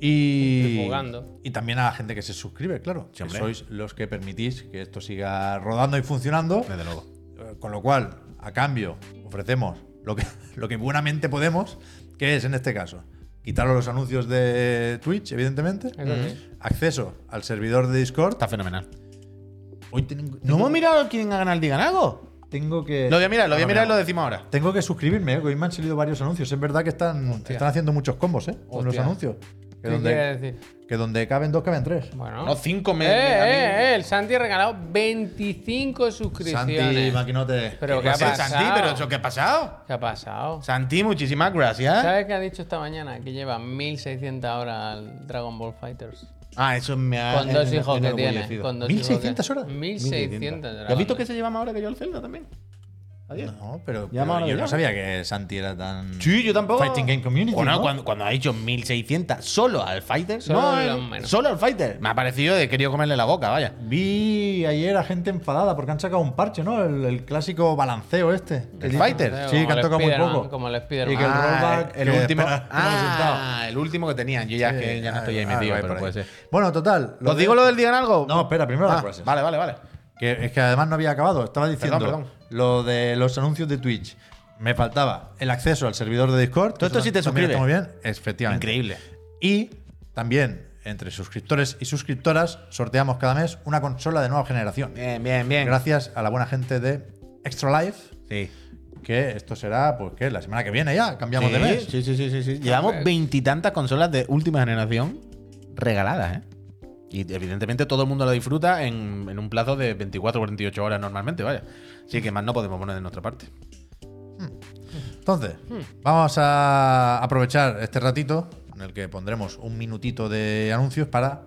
Y,
Estoy jugando.
y también a la gente que se suscribe, claro. que
hombre.
sois los que permitís que esto siga rodando y funcionando.
Desde luego.
Eh, Con lo cual, a cambio, ofrecemos lo que, lo que buenamente podemos, que es en este caso quitaros los anuncios de Twitch, evidentemente.
Mm-hmm.
Eso sí.
Acceso al servidor de Discord.
Está fenomenal.
Hoy tengo,
¿No hemos
tengo,
mirado quién ha ganado el Digan Algo?
tengo que.
Lo voy a mirar, lo voy a
No,
mirar y
no.
lo decimos ahora.
Tengo que suscribirme, eh, que hoy me han salido varios anuncios. Es verdad que están, están haciendo muchos combos, ¿eh? Con los
Hostia.
anuncios. Que
¿Qué quieres
donde,
decir?
que donde caben dos, caben tres.
Bueno.
No, cinco
Eh,
meses.
eh, eh, el Santi ha regalado 25
Santi,
suscripciones.
maquinote.
Pero ¿qué ha pasado?
Santi, pero eso qué ha pasado.
¿Qué ha pasado?
Santi, muchísimas gracias.
¿Sabes qué ha dicho esta mañana? Que lleva 1600 horas al Dragon Ball Fighters.
Ah, eso me ha.
Con dos
me ha
hijos que tiene.
enorgullecido.
Con dos
1600
hijos que-
horas.
1600
¿Has visto que se lleva más ahora que yo al Zelda también? Adiós.
No, pero,
Ya
pero
me ahora
yo
ya.
no sabía que Santi era tan.
Sí, yo tampoco.
Fighting Game Community.
Bueno,
¿no?
cuando, cuando ha dicho 1600 solo al Fighter.
Solo
no,
al-
eh,
bueno.
solo al Fighter. Me ha parecido de querido comerle la boca, vaya.
Vi ayer a gente enfadada porque han sacado un parche, ¿no? El, el clásico balanceo este.
¿El Fighter?
Sí, que han tocado muy poco.
Como el Spider-Man.
Y que el
Ah,
rollback
eh, el
que
último.
espera, que no ha
Ah,
resultado.
el último que tenían. Yo ya, es que ya no estoy ahí
Ah,
metido,
va,
pero
por ahí.
puede ser.
Bueno, total.
¿Os
de-
digo lo del Digan Algo?
No, espera, primero las
Ah,
gracias.
Vale, vale, vale.
Que es que además no había acabado. Estaba diciendo
Perdón, perdón.
lo de los anuncios de Twitch. Me faltaba el acceso al servidor de Discord.
Todo esto
Eso
sí te
también está
suscribes.
muy bien, efectivamente.
Increíble.
Y también, entre suscriptores y suscriptoras, sorteamos cada mes una consola de nueva generación.
Bien, bien, bien.
Gracias a la buena gente de Extra Life,
Sí.
que esto será, pues que la semana que viene ya, cambiamos de mes.
Sí, sí, sí, sí, sí. Llevamos
Hombre.
veintitantas consolas de última generación regaladas, ¿eh? Y evidentemente todo el mundo la disfruta en, en un plazo de 24 o 48 horas normalmente, vaya. Así que más no podemos poner de nuestra parte.
Entonces, vamos a aprovechar este ratito en el que pondremos un minutito de anuncios para,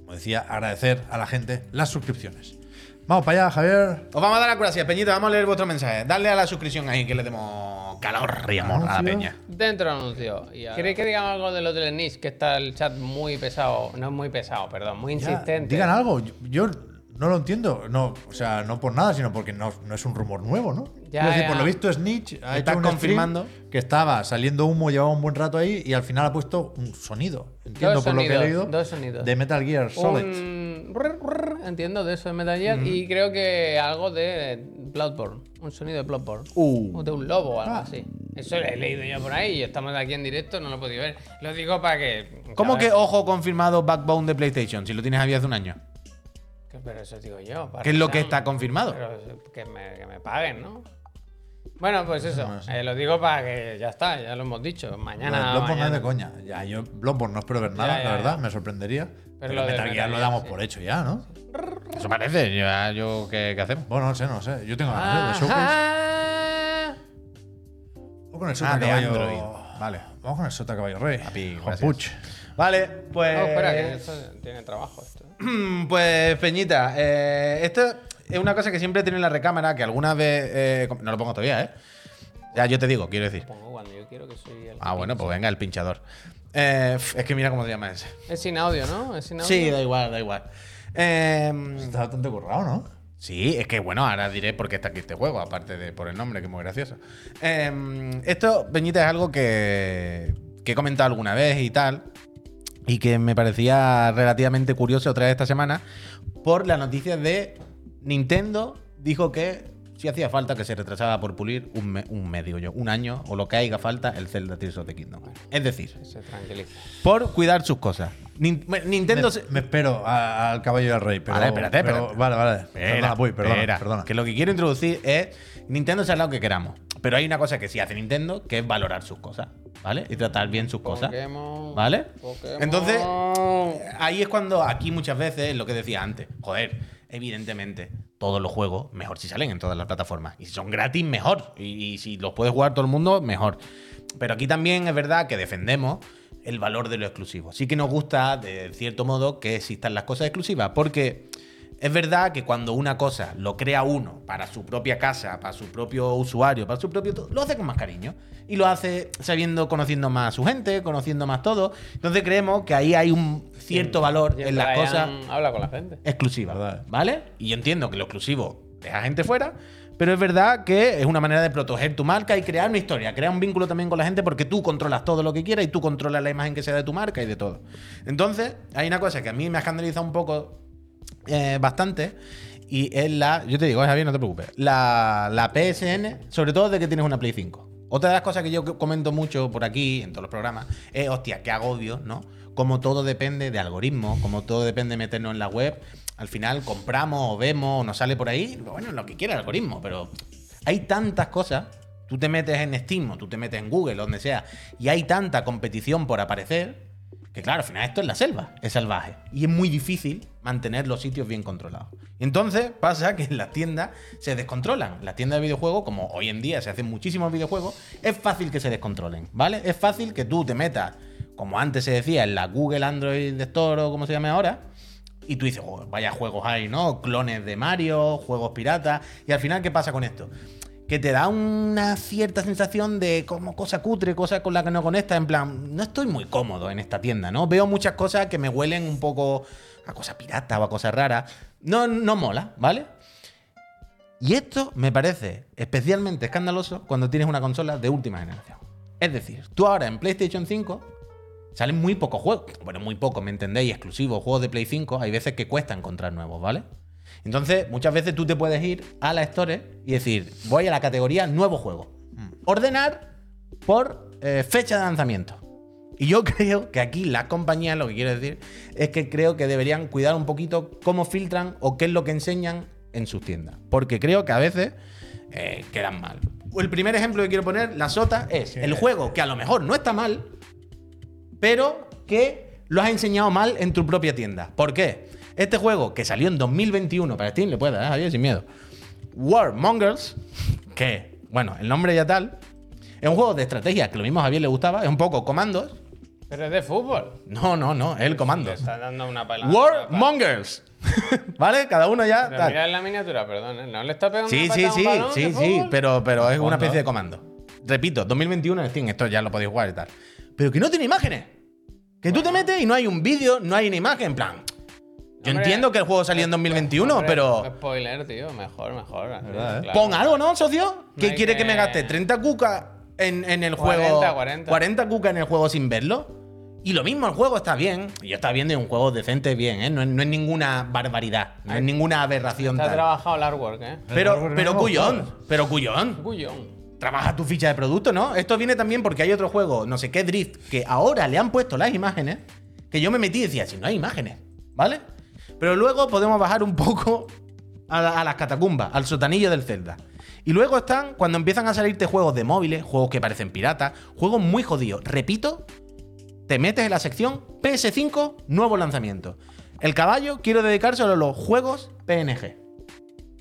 como decía, agradecer a la gente las suscripciones. Vamos para allá, Javier.
Os vamos a dar las gracias, Peñita. Vamos a leer vuestro mensaje. Dale a la suscripción ahí que le demos calor y amor a la
Anuncio.
Peña.
Dentro anuncio. ¿Queréis que digamos algo de los del Niche? Que está el chat muy pesado. No muy pesado, perdón, muy
Ya,
insistente.
digan algo, yo, yo no lo entiendo. No, o sea, no por nada, sino porque no, no es un rumor nuevo, ¿no?
Ya,
Quiero decir,
ya.
por lo visto, Snitch ha hecho
Está
un stream
confirmando.
que estaba saliendo humo, llevaba un buen rato ahí y al final ha puesto un sonido. Entiendo por lo que he
sonidos,
leído.
dos sonidos.
De Metal Gear Solid.
Un rrr, rrr, entiendo de eso de Metal Gear
Mm.
y creo que algo de Bloodborne, un sonido de Bloodborne,
Uh.
o de un lobo o algo así. Eso lo he leído yo por ahí y estamos aquí en directo, no lo he podido ver. Lo digo para que.
¿Cómo que
¿sabes?
ojo confirmado Backbone de PlayStation? Si lo tienes abierto hace un año.
Que- Pero eso digo yo. para
¿Qué es lo
sea-
que está confirmado?
Pero que me, que me paguen, ¿no? Bueno, pues
Ah,
eso. eh, lo digo para que ya está, ya lo hemos dicho.
Lo de
Mañana.
Bloodborne no es
mañana.
de coña. Ya, yo Bloodborne no espero ver nada,
Ya,
la
ya,
verdad,
ya.
me sorprendería. Pero,
lo de
Metal Gear
Metal
lo
Gear,
damos
sí.
por hecho ya, ¿no?
Eso parece. Ya, yo, ¿qué, qué hacemos?
Bueno, no sé, no sé. Yo tengo
Ah,
Ah,
ganas ¿eh? de showcase.
Ajá.
Vamos con el
Ah,
sota
de
caballo.
Android. Vale.
Vamos con el sota caballo rey.
Papi,
Juan
gracias.
Puch.
Vale, pues.
No, espera, que esto tiene trabajo esto. ¿eh?
Pues, Peñita, eh, esto es una cosa que siempre tiene en la recámara, que alguna vez. eh, com- no lo pongo todavía, ¿eh? Ya, yo te digo, quiero decir.
Pongo cuando yo quiero que soy el.
Ah, bueno, pues venga, el pinchador. Eh, f- es que mira cómo se llama ese.
Es sin audio, ¿no? Es sin audio.
Sí, da igual, da igual. Eh,
Está bastante currado, ¿no?
sí, es que bueno, ahora diré por qué está aquí este juego, aparte de por el nombre, que es muy gracioso. Eh, esto, Peñita, es algo que, que he comentado alguna vez y tal, y que me parecía relativamente curioso otra vez esta semana, por la noticia de Nintendo dijo que si hacía falta que se retrasaba por pulir un, me- un mes, digo yo, un año, o lo que haga falta, el Zelda Tears of the Kingdom. Es decir,
Se tranquiliza.
por cuidar sus cosas. Nin- Nintendo... se-
me, me espero a- al caballo del rey, pero.
Vale, espérate,
pero-
espérate.
Vale, vale.
Espera,
perdona, voy, perdona,
espera,
perdona.
Que lo que quiero introducir es Nintendo sea lo que queramos. Pero hay una cosa que sí hace Nintendo, que es valorar sus cosas, ¿vale? Y tratar bien sus cosas.
Pokémon.
¿Vale?
Pokémon.
Entonces, ahí es cuando aquí muchas veces lo que decía antes, joder, evidentemente todos los juegos mejor si salen en todas las plataformas y si son gratis mejor y, y si los puede jugar todo el mundo mejor. Pero aquí también es verdad que defendemos el valor de lo exclusivo. Sí que nos gusta de cierto modo que existan las cosas exclusivas porque es verdad que cuando una cosa lo crea uno para su propia casa, para su propio usuario, para su propio todo, lo hace con más cariño y lo hace sabiendo, conociendo más a su gente, conociendo más todo. Entonces creemos que ahí hay un cierto valor
Y
en las
Brian
cosas
Habla con la gente.
exclusivas,
Verdad.
¿vale? Y yo entiendo que lo exclusivo deja gente fuera, pero es verdad que es una manera de proteger tu marca y crear una historia, crear un vínculo también con la gente porque tú controlas todo lo que quieras y tú controlas la imagen que sea de tu marca y de todo. Entonces, hay una cosa que a mí me ha escandalizado un poco eh, bastante. Y es la. Yo te digo, eh, Javier, no te preocupes. La, la PSN, sobre todo de que tienes una Play 5. Otra de las cosas que yo comento mucho por aquí, en todos los programas, es, hostia, qué agobio, ¿no? Como todo depende de algoritmos, como todo depende de meternos en la web. Al final compramos o vemos o nos sale por ahí. Bueno, lo que quiera el algoritmo, pero hay tantas cosas. Tú te metes en Steam o tú te metes en Google, donde sea, y hay tanta competición por aparecer que claro, al final esto es la selva, es salvaje. Y es muy difícil mantener los sitios bien controlados. Entonces pasa que en las tiendas se descontrolan. Las tiendas de videojuegos, como hoy en día se hacen muchísimos videojuegos, es fácil que se descontrolen, ¿vale? Es fácil que tú te metas, como antes se decía, en la Google Android Store o como se llame ahora, y tú dices, "Joder, vaya juegos hay, ¿no? Clones de Mario, juegos piratas. Y al final, ¿qué pasa con esto? Que te da una cierta sensación de como cosa cutre, cosa con la que no conectas. En plan, no estoy muy cómodo en esta tienda, ¿no? Veo muchas cosas que me huelen un poco a cosa pirata o a cosas raras. No, no mola, ¿vale? Y esto me parece especialmente escandaloso cuando tienes una consola de última generación. Es decir, tú ahora en PlayStation 5 salen muy pocos juegos. Bueno, muy pocos, ¿me entendéis? Exclusivos, juegos de Play 5. Hay veces que cuesta encontrar nuevos, ¿vale? Entonces, muchas veces tú te puedes ir a la Store y decir, voy a la categoría nuevo juego. Ordenar por eh, fecha de lanzamiento. Y yo creo que aquí las compañías, lo que quiero decir, es que creo que deberían cuidar un poquito cómo filtran o qué es lo que enseñan en sus tiendas. Porque creo que a veces, eh, quedan mal. El primer ejemplo que quiero poner, la sota, es el juego que a lo mejor no está mal, pero que lo has enseñado mal en tu propia tienda. ¿Por qué? Este juego que salió en 2021 para Steam, le puedes dar, ¿eh, Javier, sin miedo. Warmongers, que, bueno, el nombre ya tal, es un juego de estrategia que lo mismo a Javier le gustaba, es un poco comandos.
Pero es de fútbol.
No, no, no, es el
Te
comandos.
está dando una palabra.
Warmongers, ¿vale? Cada uno ya.
Pero
tal.
mira la miniatura, perdón. ¿eh? ¿No le está pegando
Sí,
una
sí,
patada a un
sí,
balón de
sí, sí,
fútbol?
pero, pero es una
Comando.
especie de comando. Repito, 2021 en Steam, esto ya lo podéis jugar y tal. Pero que no tiene imágenes. Que tú te metes y no hay un vídeo, no hay una imagen, en plan. Yo
Hombre, eh,
entiendo que el juego salió en 2021,
Hombre,
pero.
Spoiler, tío. Mejor, mejor. así,
¿Verdad, eh?
claro.
Pon algo, ¿no, socio? ¿Qué
hay
quiere que...
que-
me gaste? ¿30 cucas en, en el
40,
juego?
40.
40 cucas en el juego sin verlo. Y lo mismo, el juego está bien. Yo está viendo un juego decente, bien, ¿eh? No es, no es ninguna barbaridad, no es ninguna aberración.
Está
tal.
trabajado el artwork, ¿eh?
Pero, pero cuyón, pero cuyón.
Gullón.
Trabaja tu ficha de producto, ¿no? Esto viene también porque hay otro juego, no sé qué Drift, que ahora le han puesto las imágenes, que yo me metí y decía, si no hay imágenes, ¿vale? Pero luego podemos bajar un poco a, la- a las catacumbas, al sotanillo del Zelda. Y luego están cuando empiezan a salirte juegos de móviles, juegos que parecen piratas, juegos muy jodidos. Repito, te metes en la sección PS5, nuevo lanzamiento. El caballo quiero dedicárselo a los juegos PNG.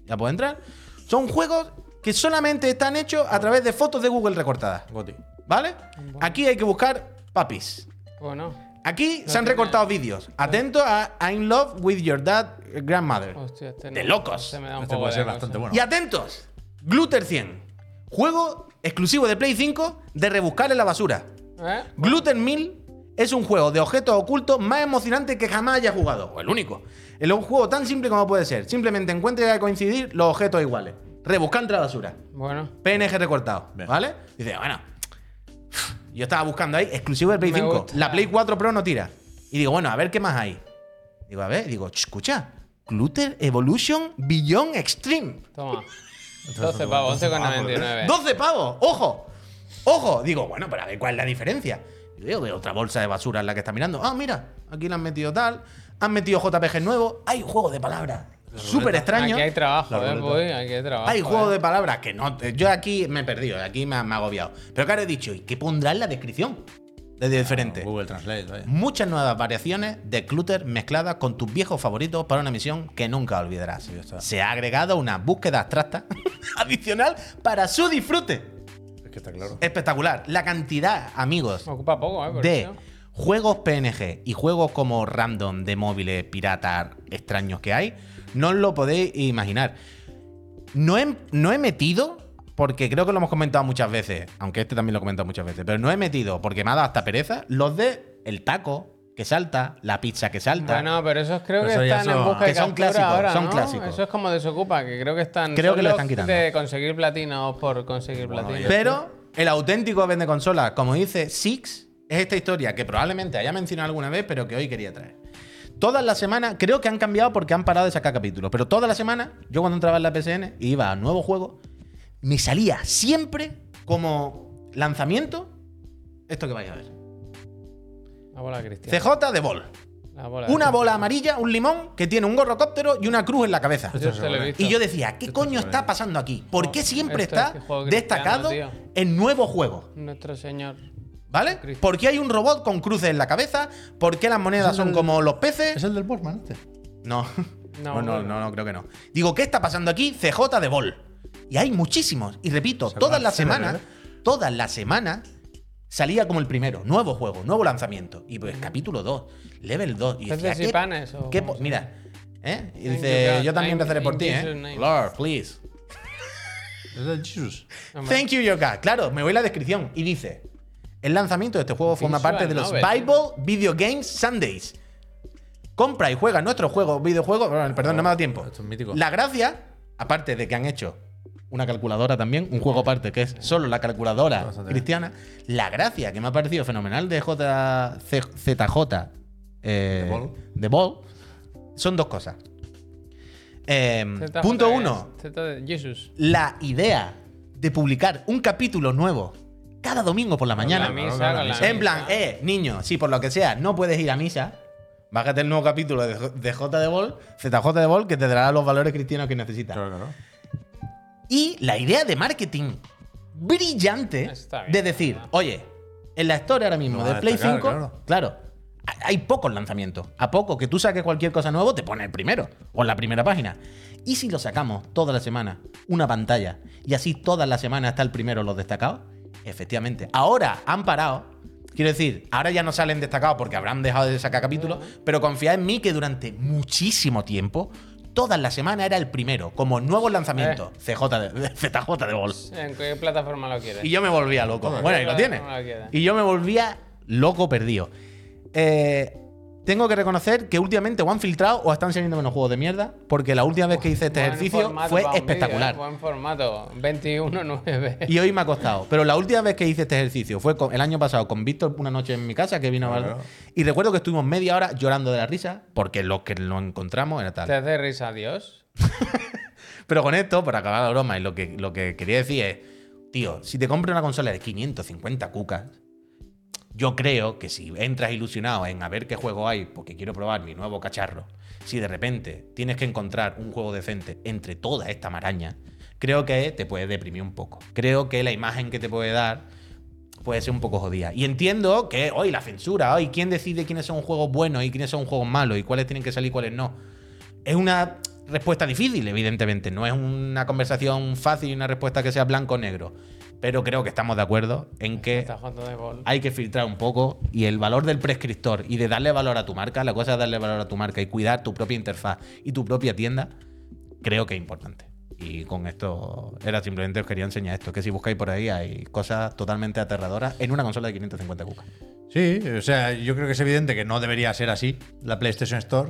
¿Ya puedo entrar? Son juegos que solamente están hechos a través de fotos de Google recortadas.
Goti.
¿Vale? Aquí hay que buscar papis.
Bueno.
Aquí se han
tiene-
recortado vídeos. Atento a I'm love with your dad, grandmother.
Hostia, este
De
no-
locos.
este me da un
Este
poco
puede
de
ser
cosa.
bastante bueno.
Y atentos, Gluter 100. Juego exclusivo de Play 5 de rebuscar en la basura.
¿Eh?
Gluten Mill es un juego de objetos ocultos más emocionante que jamás haya jugado. O el único. Es un juego tan simple como puede ser. Simplemente encuentra y haga coincidir los objetos iguales. Rebuscar entre la basura.
Bueno.
PNG recortado.
Bien.
¿Vale? Dice, bueno. Yo estaba buscando ahí, exclusivo de Play
Me
5.
gusta.
La Play 4 Pro no tira. Y digo, bueno, a ver qué más hay. Digo, a ver, digo, "Ch, escucha. Gluter Evolution Beyond Extreme.
Toma. 12 pavos, 11,99.
12 pavos, ojo. Ojo, digo, bueno, pero a ver cuál es la diferencia. Y Veo, veo otra bolsa de basura en la que está mirando. Ah, mira, aquí la han metido tal, han metido JPG nuevo. Hay juegos de palabras súper extraños.
Aquí hay trabajo,
La
¿eh?
ruleta.
Puy? Aquí hay trabajo.
Hay juegos
¿eh?
de palabras que no. Yo aquí me he perdido, aquí me, ha- me ha agobiado. Pero claro, he dicho, ¿y qué pondrá en la descripción? De
Ah,
diferente.
Google Translate, vaya.
Muchas nuevas variaciones de Clutter mezcladas con tus viejos favoritos para una misión que nunca olvidarás.
ya está.
Se ha agregado una búsqueda abstracta adicional para su disfrute.
Es que está claro.
Espectacular. La cantidad, amigos,
Me ocupa poco, ¿eh? Por
de
eso.
juegos PNG y juegos como random de móviles piratas extraños que hay, no os lo podéis imaginar. No he, no he metido, porque creo que lo hemos comentado muchas veces, aunque este también lo he comentado muchas veces, pero no he metido, porque me ha dado hasta pereza, los de el taco que salta, la pizza que salta.
Bueno, pero esos creo
Pero
que
eso ya
están en
son-
busca de
que son
captura
clásicos,
ahora,
son
¿no?
clásicos.
Eso es como desocupa, que creo que están.
Creo
son
que lo
los
están quitando.
De conseguir platino o por conseguir platino.
Pero el auténtico vende consola, como dice Six, es esta historia que probablemente haya mencionado alguna vez, pero que hoy quería traer. Todas las semanas, creo que han cambiado porque han parado de sacar capítulos, pero todas las semanas, yo cuando entraba en la PSN y iba a nuevos juegos, me salía siempre como lanzamiento esto que vais a ver.
La bola cristiana.
CJ de Ball.
La bola
Una
cristiana.
bola amarilla, un limón que tiene un gorrocóptero y una cruz en la cabeza.
Pues Yo esto lo he visto. este
Y yo decía, ¿qué coño está pasando aquí? ¿Por qué
Esto
siempre
este es
está
que juego cristiano,
destacado
tío.
en nuevos juegos?
Nuestro señor.
¿Vale?
Cristo.
¿Por qué hay un robot con cruces en la cabeza? ¿Por qué las monedas son como los peces?
Es el del Bossman este.
No.
No,
No, no,
bueno.
no, no, creo que no. Digo, ¿qué está pasando aquí? CJ de Bol. Y hay muchísimos. Y repito, todas
van
las
cero,
semanas,
¿eh?
todas las semanas salía como el primero. Nuevo juego, nuevo lanzamiento. Y
Mm.
pues capítulo 2, level 2.
¿Es
Y decía,
de
¿qué-
Zipanes o
qué
cómo
po-
se
mira, ¿eh? Y
Thank
dice,
you, God.
yo también
I'm-
rezaré por
in
ti,
Jesus'
¿eh?
name.
Lord, please.
Es el Jesus.
llama?
Thank you, Yoka. Claro, me voy a la descripción y dice: El lanzamiento de este juego forma
Visual
parte de los
novel.
Bible Video Games Sundays. Compra y juega nuestros juegos, videojuegos. bueno, Perdón, no me ha dado tiempo.
Esto es mítico.
La gracia, aparte de que han hecho una calculadora también, un juego aparte que es solo la calculadora
Bastante bien.
cristiana, la gracia que me ha parecido fenomenal de J, C- ZJ eh,
De Ball.
de Ball son dos cosas. Eh,
ZJ
E
punto
es
uno,
Z de Jesus.
la idea de publicar un capítulo nuevo cada domingo por la mañana.
La
claro,
misa,
claro,
con la
en plan,
misa.
eh, niño, si por lo que sea no puedes ir a misa, bájate el nuevo capítulo de, de J de Ball, ZJ de Ball, que te dará los valores cristianos que necesitas.
Claro, claro.
Y la idea de marketing brillante
Está bien,
de decir,
¿verdad?
oye, en la historia ahora mismo
Lo van
de
a
Play
destacar,
5, claro.
claro.
ha- hay pocos lanzamientos. A poco que tú saques cualquier cosa nueva, te pone el primero o en la primera página. ¿Y si lo sacamos toda la semana, una pantalla, y así toda la semana está el primero los destacados? Efectivamente. Ahora han parado. Quiero decir, ahora ya no salen destacados porque habrán dejado de sacar capítulos, pero confía en mí que durante muchísimo tiempo, todas las semanas era el primero, como nuevos lanzamientos. CJ de, ZJ de Bols.
¿En qué plataforma lo quieres?
Y yo me volvía loco.
Joder.
Bueno, ahí lo tiene.
No lo queda.
Y yo me volvía loco perdido. Eh, tengo que reconocer que últimamente o han filtrado o están saliendo menos juegos de mierda, porque la última vez que hice este
Buen
ejercicio
formato
fue
para un vídeo,
espectacular.
¿eh? Buen formato. 21.9.
Y hoy me ha costado. Pero la última vez que hice este ejercicio fue con- el año pasado con Víctor una noche en mi casa que vino a hablar.
Claro.
Y recuerdo que estuvimos media hora llorando de la risa porque lo que lo encontramos era tal.
Te hace risa, Dios.
Pero con esto, para acabar la broma, y lo que, lo que quería decir es, tío, si te compras una consola de 550 cucas, yo creo que si entras ilusionado en a ver qué juego hay, porque quiero probar mi nuevo cacharro, si de repente tienes que encontrar un juego decente entre toda esta maraña, creo que te puede deprimir un poco. Creo que la imagen que te puede dar puede ser un poco jodida. Y entiendo que hoy la censura, hoy quién decide quiénes son juegos buenos y quiénes son juegos malos y cuáles tienen que salir y cuáles no. Es una respuesta difícil, evidentemente. No es una conversación fácil y una respuesta que sea blanco o negro. Pero creo que estamos de acuerdo en que
Está jugando de gol.
hay que filtrar un poco y el valor del prescriptor y de darle valor a tu marca, la cosa es darle valor a tu marca y cuidar tu propia interfaz y tu propia tienda, creo que es importante. Y con esto era simplemente os quería enseñar esto, que si buscáis por ahí hay cosas totalmente aterradoras en una consola de 550 cucas.
Sí, o sea, yo creo que es evidente que no debería ser así la PlayStation Store.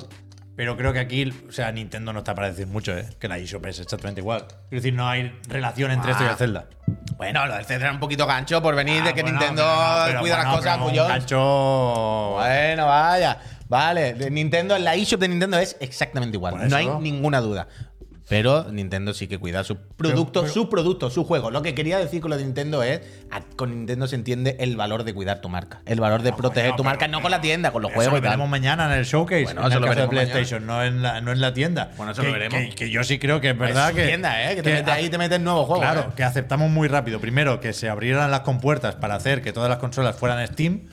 Pero creo que aquí, o sea, Nintendo no está para decir mucho, ¿eh? Que la eShop es exactamente igual. Quiero decir, no hay relación entre esto y
Ah.
el Zelda.
Bueno, lo del Cedra era un poquito gancho por venir
Ah, bueno, pero no, pero bueno, pero un gancho-
pues Bueno, vaya. Vale, de Nintendo, la eShop de Nintendo es exactamente igual.
Por
no
eso.
hay ninguna duda. Pero Nintendo sí que cuida sus productos,
pero-
sus productos, sus juegos. Lo que quería decir con lo de Nintendo es, a- con Nintendo se entiende el valor de cuidar tu marca, el valor de proteger
coño,
tu
pero-
marca, no con la tienda, con los
Eso
juegos.
lo
y tal.
veremos mañana en el showcase.
Bueno,
en
eso
el
lo
caso de
veremos mañana.
PlayStation, no en, la, no en la tienda.
Bueno, eso
que,
lo veremos.
Que, que yo sí creo que es verdad
Es
que.
su tienda, ¿eh? Que te metes ahí y te metes nuevos juegos.
Claro,
¿eh?
que aceptamos muy rápido. Primero, que se abrieran las compuertas para hacer que todas las consolas fueran Steam.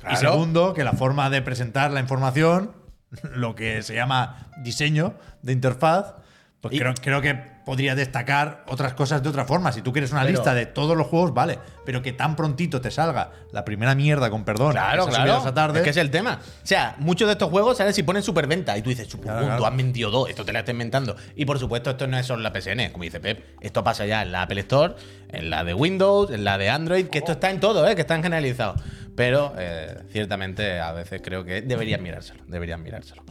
Claro.
Y segundo, que la forma de presentar la información, lo que se llama diseño de interfaz, pues
Y-
creo, creo que podría destacar otras cosas de otra forma. Si tú quieres una
Pero-
lista de todos los juegos, vale. Pero que tan prontito te salga la primera mierda, con perdón,
Claro,
que se ha subido
claro.
esa tarde.
Es que es el tema. O sea, muchos de estos juegos salen si ponen superventa. Y tú dices, supongo,
Claro,
tú
claro.
has vendido dos. Esto te la estás inventando. Y por supuesto, esto no es solo la PCN, como dice Pep. Esto pasa ya en la Apple Store, en la de Windows, en la de Android, que esto está en todo, ¿eh? que están generalizados. Pero eh, ciertamente a veces creo que deberían mirárselo. Deberían mirárselo.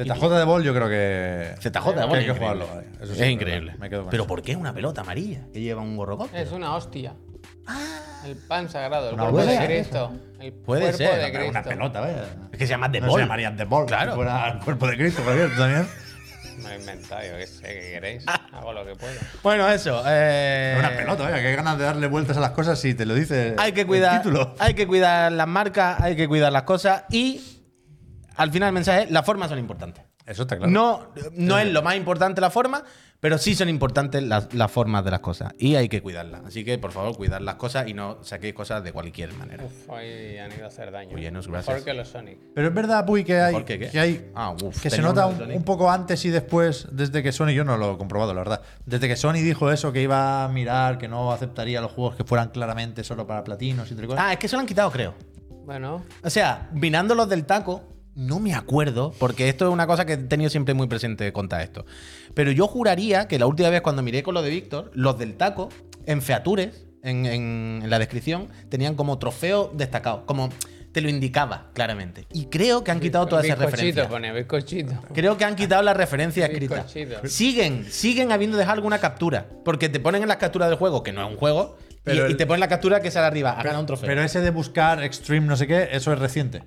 ZJ de Ball, yo creo que.
ZJ,
que
bueno,
hay que
increíble.
jugarlo. vale. Eso sí,
es
verdad.
increíble.
Me quedo con
Pero
eso.
¿por qué una pelota amarilla que lleva un gorro cóctel?
Es una hostia. El pan sagrado, el
Una
cuerpo de
hueá.
Cristo. El
Puede
cuerpo
ser,
de
pero
Cristo.
Una pelota, vaya.
Es que se llama The
No se
Ball.
llamaría The Ball.
Claro. Eh.
si fuera el cuerpo de Cristo, Javier, ¿tú también.
Me lo he inventado, yo qué sé, ¿qué queréis? Hago lo que puedo.
Bueno, eso. eh,
Una pelota, vaya. Qué ganas de darle vueltas a las cosas si te lo dice
hay que
el
cuidar,
título.
hay que cuidar las marcas, hay que cuidar las cosas y al final el mensaje es las formas son importantes.
Eso está claro.
No, no es lo más importante la forma, pero sí son importantes las, las formas de las cosas y hay que cuidarlas. Así que por favor cuidar las cosas y no saquéis cosas de cualquier manera.
Uf, hoy han ido a hacer daño.
Oye, nos gracias.
Mejor que los Sonic.
Pero es verdad, Puy, que hay.
Mejor que qué.
Que, hay,
Ah, uf,
que se
tenía
nota
uno de
un,
Sonic.
un poco antes y después, desde que Sony, yo no lo he comprobado, la verdad. Desde que Sony dijo eso, que iba a mirar, que no aceptaría los juegos que fueran claramente solo para platinos y tal y cual.
Ah, es que se lo han quitado, creo.
Bueno,
O sea, mirando los del taco, no me acuerdo, porque esto es una cosa que he tenido siempre muy presente contar esto. Pero yo juraría que la última vez cuando miré con lo de Víctor, los del taco, en features, en, en- en la descripción, tenían como trofeo destacado, como te lo indicaba claramente. Y creo que han quitado todas esas
bizcochito
referencias.
pone, bizcochito.
Creo que han quitado la referencia escrita.
Bizcochito.
Siguen, siguen habiendo dejado alguna captura. Porque te ponen en las capturas del juego, que no es un juego, y-
Pero
y,
el-
te ponen la captura que sale arriba. Ha ganado un trofeo.
Pero ese de buscar Extreme no sé qué, eso es reciente.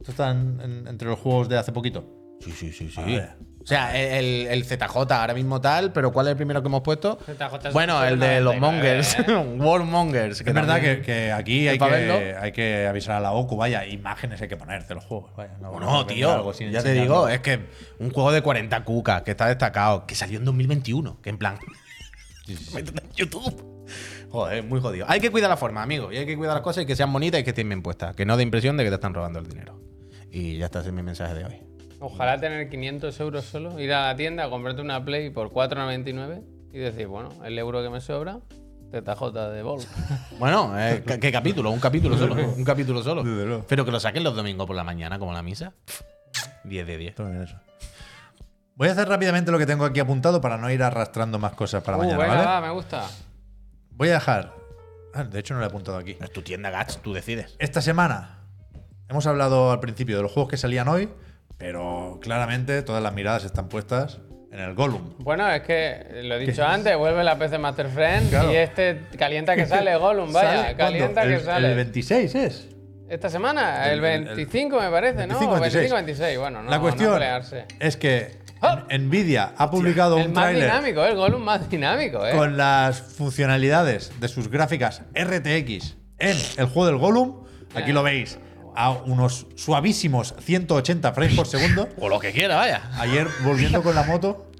Esto está en- en- entre los juegos de hace poquito.
Sí, sí, sí, sí.
A ver.
O sea, el, el ZJ ahora mismo tal, pero ¿cuál es el primero que hemos puesto?
ZJ es
bueno, el de los
99,
Mongers, World Mongers.
es verdad que, que aquí hay
para
que,
verlo.
hay que avisar a la OCU, vaya, imágenes hay que poner de los juegos. vaya,
No,
no
no, tío,
algo sin
ya te
enseñarlo.
digo, es que un juego de 40 cucas que está destacado, que salió en 2021, que en plan, Métete en YouTube. Joder, muy jodido. Hay que cuidar la forma, amigo. Y hay que cuidar las cosas y que sean bonitas y que estén bien puestas. Que no dé impresión de que te están robando el dinero. Y ya está, ese es mi mensaje de hoy.
Ojalá tener 500 euros solo, ir a la tienda, a comprarte una Play por 4,99 y decir, bueno, el euro que me sobra, TJ de bol.
Bueno, eh, ¿qué, qué capítulo? Un capítulo solo. Un capítulo solo.
Desde luego.
Pero que lo saquen los domingos por la mañana, como la misa. 10 de 10.
Está bien eso. Voy a hacer rápidamente lo que tengo aquí apuntado para no ir arrastrando más cosas para
Uh,
mañana,
venga,
¿vale?
va, me gusta.
Voy a dejar. Ah, de hecho, no lo he apuntado aquí.
Es tu tienda, Gats, tú decides.
Esta semana hemos hablado al principio de los juegos que salían hoy, pero claramente todas las miradas están puestas en el Gollum.
Bueno, es que lo he dicho antes, vuelve la PC Master Friend
Claro.
y este calienta que sale, Gollum, vaya,
¿Sale cuándo?
calienta que
El-
sale.
El 26 es.
Esta semana,
El-
el
el-
25 me parece, ¿no?
25, 26.
26, bueno, no,
la
no
cuestión
pelearse.
es que
¡Ah!
en- Nvidia ha publicado
El
un
más
tráiler
dinámico, eh, el Gollum más dinámico, ¿eh?
con las funcionalidades de sus gráficas RTX en el juego del Gollum. Aquí lo veis a unos suavísimos 180 frames por segundo.
O lo que quiera, vaya.
Ayer volviendo con la moto,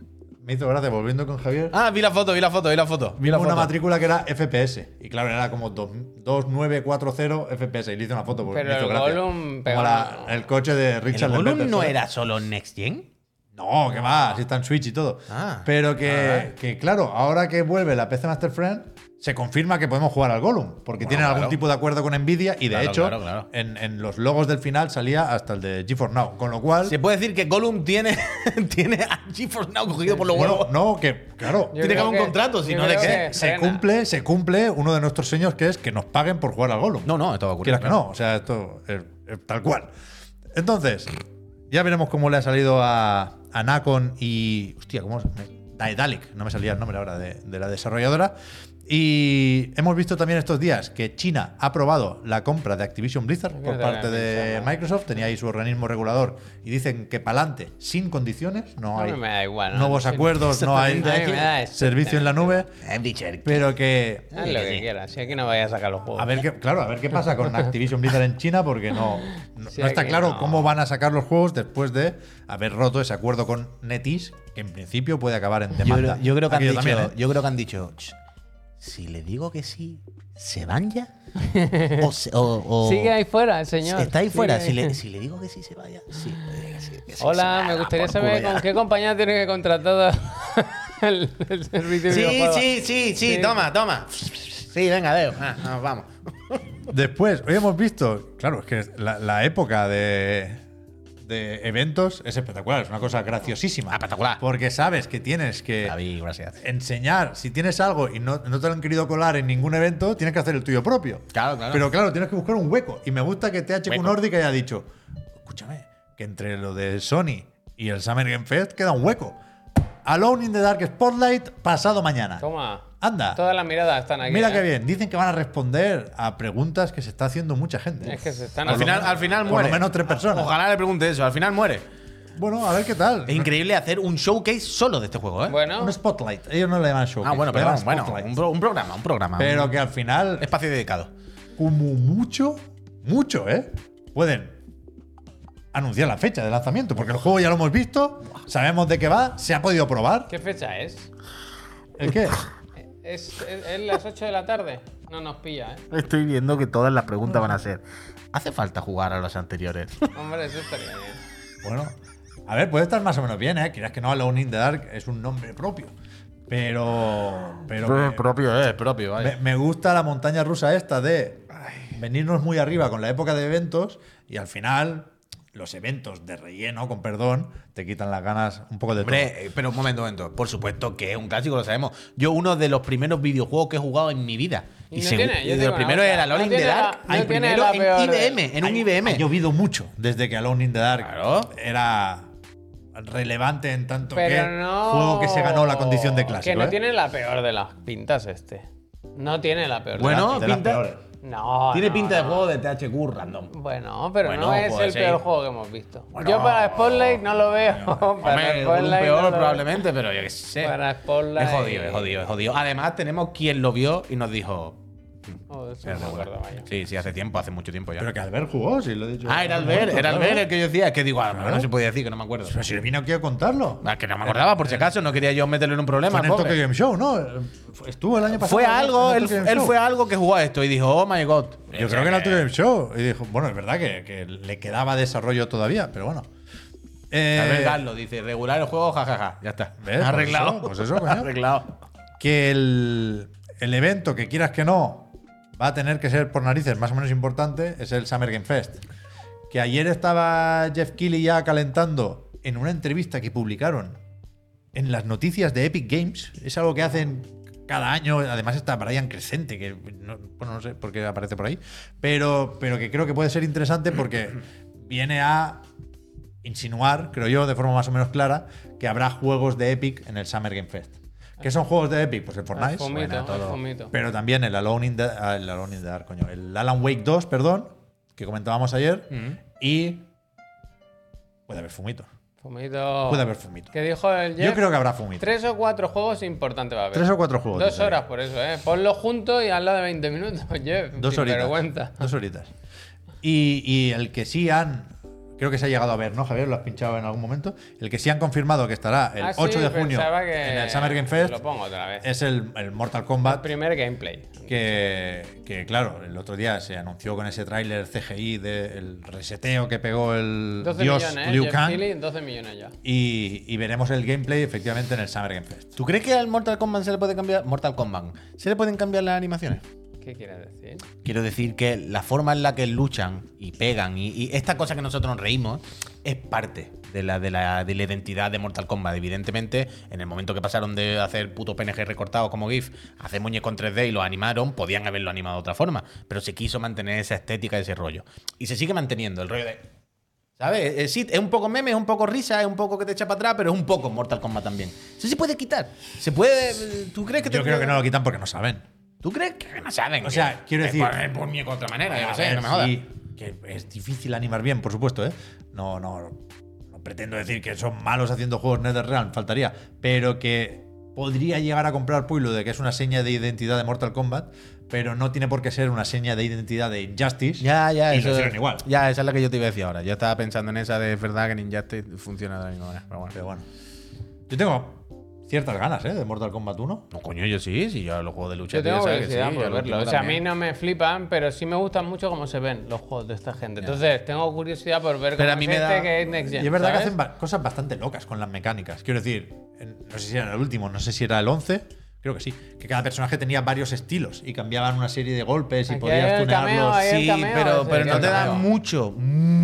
me hizo gracia volviendo con Javier.
Ah, vi la foto, vi la foto, vi la foto. Vi la
Vimos
foto.
una matrícula que era FPS. Y claro, era como 2940 FPS. Y le hice una foto porque
Pero
me hizo
el
gracia.
Gollum
Como
pegó
la-
una-
el coche de Richard
¿El Gollum
Lembetter,
no
¿sabes?
era solo Next Gen?
No, que va, si está en Switch y todo.
Ah.
Pero que, que, claro, ahora que vuelve la PC Master Friend, se confirma que podemos jugar al Gollum. Porque
Bueno,
tienen algún
claro.
tipo de acuerdo con Nvidia. Y de
Claro,
hecho,
claro, claro.
En, en los logos del final salía hasta el de GeForce Now. Con lo cual.
Se puede decir que Gollum tiene, tiene a GeForce Now cogido por los
no,
huevos.
no, que claro.
Yo
tiene que
creo
haber un contrato, si
yo
no, ¿de
creo
qué?
que
se
frena.
cumple, se cumple uno de nuestros sueños que es que nos paguen por jugar al Gollum.
No, no, esto va a ocurrir.
Quieras que no, o sea, esto es, es tal cual. Entonces, ya veremos cómo le ha salido a, a Nacon y. Hostia, ¿cómo se Daedalic, no me salía el nombre ahora de, de la desarrolladora. Y hemos visto también estos días que China ha aprobado la compra de Activision Blizzard
Creo
por
que
parte de
también, ¿no?
Microsoft. Tenía ahí su organismo regulador y dicen que pa'lante, sin condiciones, no
A mí
hay
me da igual. ¿no?
nuevos
Sí,
acuerdos, no hay
A mí me da
servicio en la nube,
Hem dicho Eh, el-
pero que
Haz lo que quieras, si aquí no vayas a sacar los juegos.
a ver qué, claro, a ver qué pasa con Activision Blizzard en China, porque no, no,
Sí,
no está
que
claro
no.
cómo van a sacar los juegos después de haber roto ese acuerdo con NetEase, que en principio puede acabar en
Yo
demanda.
creo, yo creo que han
Aquello
dicho,
también, ¿eh?
yo creo que han dicho, "Ch, si le digo que sí, ¿se van ya? O, se- o- o-
Sigue ahí fuera, el señor.
Está ahí
Sigue
fuera, si le, si le digo que sí, se vaya. Sí, que sí, que sí,
Hola,
se
me
va,
gustaría
por culo
saber
ya.
con qué compañía tiene que contratar el, el servicio de
Sí,
videojuegos.
sí, sí, sí,
Sí.
toma, toma. Sí, venga, Leo. Ah, nos vamos.
Después, hoy hemos visto, claro, es que la, la época de, de eventos es espectacular, es una cosa graciosísima.
Espectacular.
Porque sabes que tienes que
David, gracias.
enseñar, si tienes algo y no, no te lo han querido colar en ningún evento, tienes que hacer el tuyo propio.
Claro, claro.
Pero claro, tienes que buscar un hueco. Y me gusta que THQ
Hueco.
Nordic haya dicho, escúchame, que entre lo de Sony y el Summer Game Fest queda un hueco. Alone in the Dark Spotlight pasado mañana.
Toma.
Ah.
Anda.
Todas las miradas están aquí.
Mira
¿eh?
qué bien, dicen que van a responder a preguntas que se está haciendo mucha gente.
Es que se están
Por
Al
lo
final,
menos-
al final
Por
muere.
lo menos tres personas.
Ojalá le pregunte eso, al final muere.
Bueno, a ver qué tal.
Es increíble hacer un showcase solo de este juego, ¿eh?
Bueno,
Un spotlight. Ellos no le llaman show.
ah, bueno, pero bueno,
spotlight.
un, pro- un programa, un programa.
Pero
un
que al final
espacio dedicado.
como mucho, mucho, ¿eh? Pueden anunciar la fecha de lanzamiento, porque el juego ya lo hemos visto, sabemos de qué va, se ha podido probar.
¿qué fecha es?
¿El qué?
¿Es, es, es las 8 de la tarde? No nos pilla, ¿eh?
Estoy viendo que todas las preguntas van a ser. ¿Hace falta jugar a los anteriores?
Hombre, eso estaría bien.
Bueno, a ver, puede estar más o menos bien, ¿eh? Quieras que no, Alone in the Dark es un nombre propio, pero... pero que-
propio, eh, es propio,
me, me gusta la montaña rusa esta de venirnos muy arriba con la época de eventos y al final los eventos de relleno, con perdón, te quitan las ganas un poco de todo.
Hombre, eh, pero un momento, un momento. Por supuesto que es un clásico, lo sabemos. Yo, uno de los primeros videojuegos que he jugado en mi vida.
Y no
segu-
tiene, yo
y de
digo
los
una
primeros
cosa,
era Lord
no
in the
tiene la- no
Dark, al
tiene
primero
la peor
en
de-
IBM, en un IBM.
Ha llovido mucho desde que Alone in the Dark
Claro.
era relevante en tanto
Pero
que
no.
juego que se ganó la condición de clásico.
Que no
¿eh?
tiene la peor de las pintas este. No tiene la peor. de
Bueno,
De las
pinta-
peores.
las- no.
Tiene
no,
pinta de
no.
juego de THQ random.
Bueno, pero
Bueno,
no es
puede
el
ser.
peor juego que hemos visto.
Bueno.
Yo para Spotlight no lo veo. para
Hombre, un
Spotlight no
peor
lo veo.
probablemente, pero yo qué sé.
Para Spotlight.
Es jodido, es jodido, es jodido. Además, tenemos quien lo vio y nos dijo:
Oh, eso
Era
no me
buena.
acuerdo, vaya.
Sí, sí, hace tiempo, hace mucho tiempo ya.
Pero que Albert jugó, sí, lo he dicho.
ah, era Albert, era
Claro.
Albert el que yo decía. Es que digo, a lo mejor no
Claro.
se podía decir, que no me acuerdo.
Pero si vino aquí a contarlo.
Ah, que no me acordaba, por si acaso, no quería yo meterlo en un
Fue
problema.
en el
pobre.
Tokyo Game Show, ¿no? Estuvo el año pasado.
Fue
en el
algo, él,
Tokyo Game
él
Show.
fue algo que jugó a esto y dijo, oh my god.
Yo creo que era el Tokyo Game Show. Y dijo, bueno, es verdad que, que le quedaba desarrollo todavía, pero bueno. Eh,
Albert Garlo dice, regular el juego, jajaja. Ya está.
¿Ves?
Arreglado.
Pues eso, pues eso, coño.
Arreglado.
que el, el evento que quieras que no va a tener que ser por narices más o menos importante es el Summer Game Fest. Que ayer estaba Jeff Keighley ya calentando en una entrevista que publicaron en las noticias de Epic Games. Es algo que hacen cada año. Además está Brian Crescente, que no, bueno, no sé por qué aparece por ahí. Pero, pero que creo que puede ser interesante porque viene a insinuar, creo yo, de forma más o menos clara, que habrá juegos de Epic en el Summer Game Fest. ¿Qué son juegos de Epic? Pues el Fortnite.
fomito,
bueno,
el
todo.
fomito.
Pero también el Alone in the, ah, el Alone in the Dark, coño. El Alan Wake 2, perdón, que comentábamos ayer.
Mm.
Y puede haber fumito.
Fumito.
Puede haber fumito.
¿Qué dijo el Jeff?
Yo creo que habrá fumito.
Tres o cuatro juegos importantes va a haber.
Tres o cuatro juegos.
Pues Dos
dice.
horas por eso, ¿eh? Ponlo junto y hazlo de 20 minutos, Jeff.
Dos
sin
horitas.
vergüenza.
Dos horitas. Y, y el que sí han. Creo que se ha llegado a ver, ¿no, Javier? Lo has pinchado en algún momento. El que sí han confirmado que estará el
Ah, sí,
8 de junio
pensaba que
en el Summer Game Fest
Lo pongo otra vez.
es el, el Mortal Kombat.
Primer gameplay.
Que, que, claro, el otro día se anunció con ese tráiler CGI del reseteo que pegó el
12
dios
millones, ¿eh?
Liu
Jeff
Kang.
Keighley, 12 millones ya.
Y, y veremos el gameplay efectivamente en el Summer Game Fest.
¿Tú crees que al Mortal Kombat se le puede cambiar. Mortal Kombat. ¿Se le pueden cambiar las animaciones?
¿Qué quieres decir?
Quiero decir que la forma en la que luchan y pegan y, y esta cosa que nosotros nos reímos es parte de la, de, la, de la identidad de Mortal Kombat. Evidentemente, en el momento que pasaron de hacer putos PNG recortados como GIF a hacer muñecos en 3D y los animaron, podían haberlo animado de otra forma. Pero se quiso mantener esa estética, ese rollo. Y se sigue manteniendo el rollo de. ¿Sabes? Eh, Sí, es un poco meme, es un poco risa, es un poco que te echa para atrás, pero es un poco Mortal Kombat también. Eso se puede quitar. Se puede. eh, ¿Tú crees que te
Yo creo que no lo quitan porque no saben.
¿Tú crees que no saben?
O sea, quiero
Es
decir-
Por, es por mí de otra manera, yo
A
qué sé,
ver,
no me jodas.
sí, que es difícil animar bien, por supuesto, ¿eh? No, no, no pretendo decir que son malos haciendo juegos NetherRealm, faltaría. Pero que podría llegar a comprar Pueblo de que es una seña de identidad de Mortal Kombat, pero no tiene por qué ser una seña de identidad de Injustice.
Ya, ya,
Y
eso-
lo hicieron igual.
Ya, esa es la que yo te iba a decir ahora. Yo estaba pensando en esa de es verdad que Ninja State funciona de la misma manera. Pero bueno.
Pero bueno. Yo tengo ciertas ganas, ¿eh? De Mortal Kombat 1.
No, coño, yo sí, sí, yo los juegos de lucha.
Yo tengo
tío, sabes que
curiosidad
sí, yo
por
lo
verlo. O
tengo
sea, a mí
también.
no me flipan, pero sí me gustan mucho cómo se ven los juegos de esta gente. Entonces, tengo curiosidad por ver
Pero
cómo
a mí
es
me
este
da-
que es Next Gen.
Y es verdad
¿sabes?
que hacen ba- cosas bastante locas con las mecánicas. Quiero decir, en- no sé si era el último, no sé si era el 11, creo que sí. Que cada personaje tenía varios estilos y cambiaban una serie de golpes y
Aquí hay
podías
el cameo,
tunearlos.
ahí el
Sí,
cameo,
pero,
ese
pero
que
no
el
te da
cameo.
mucho,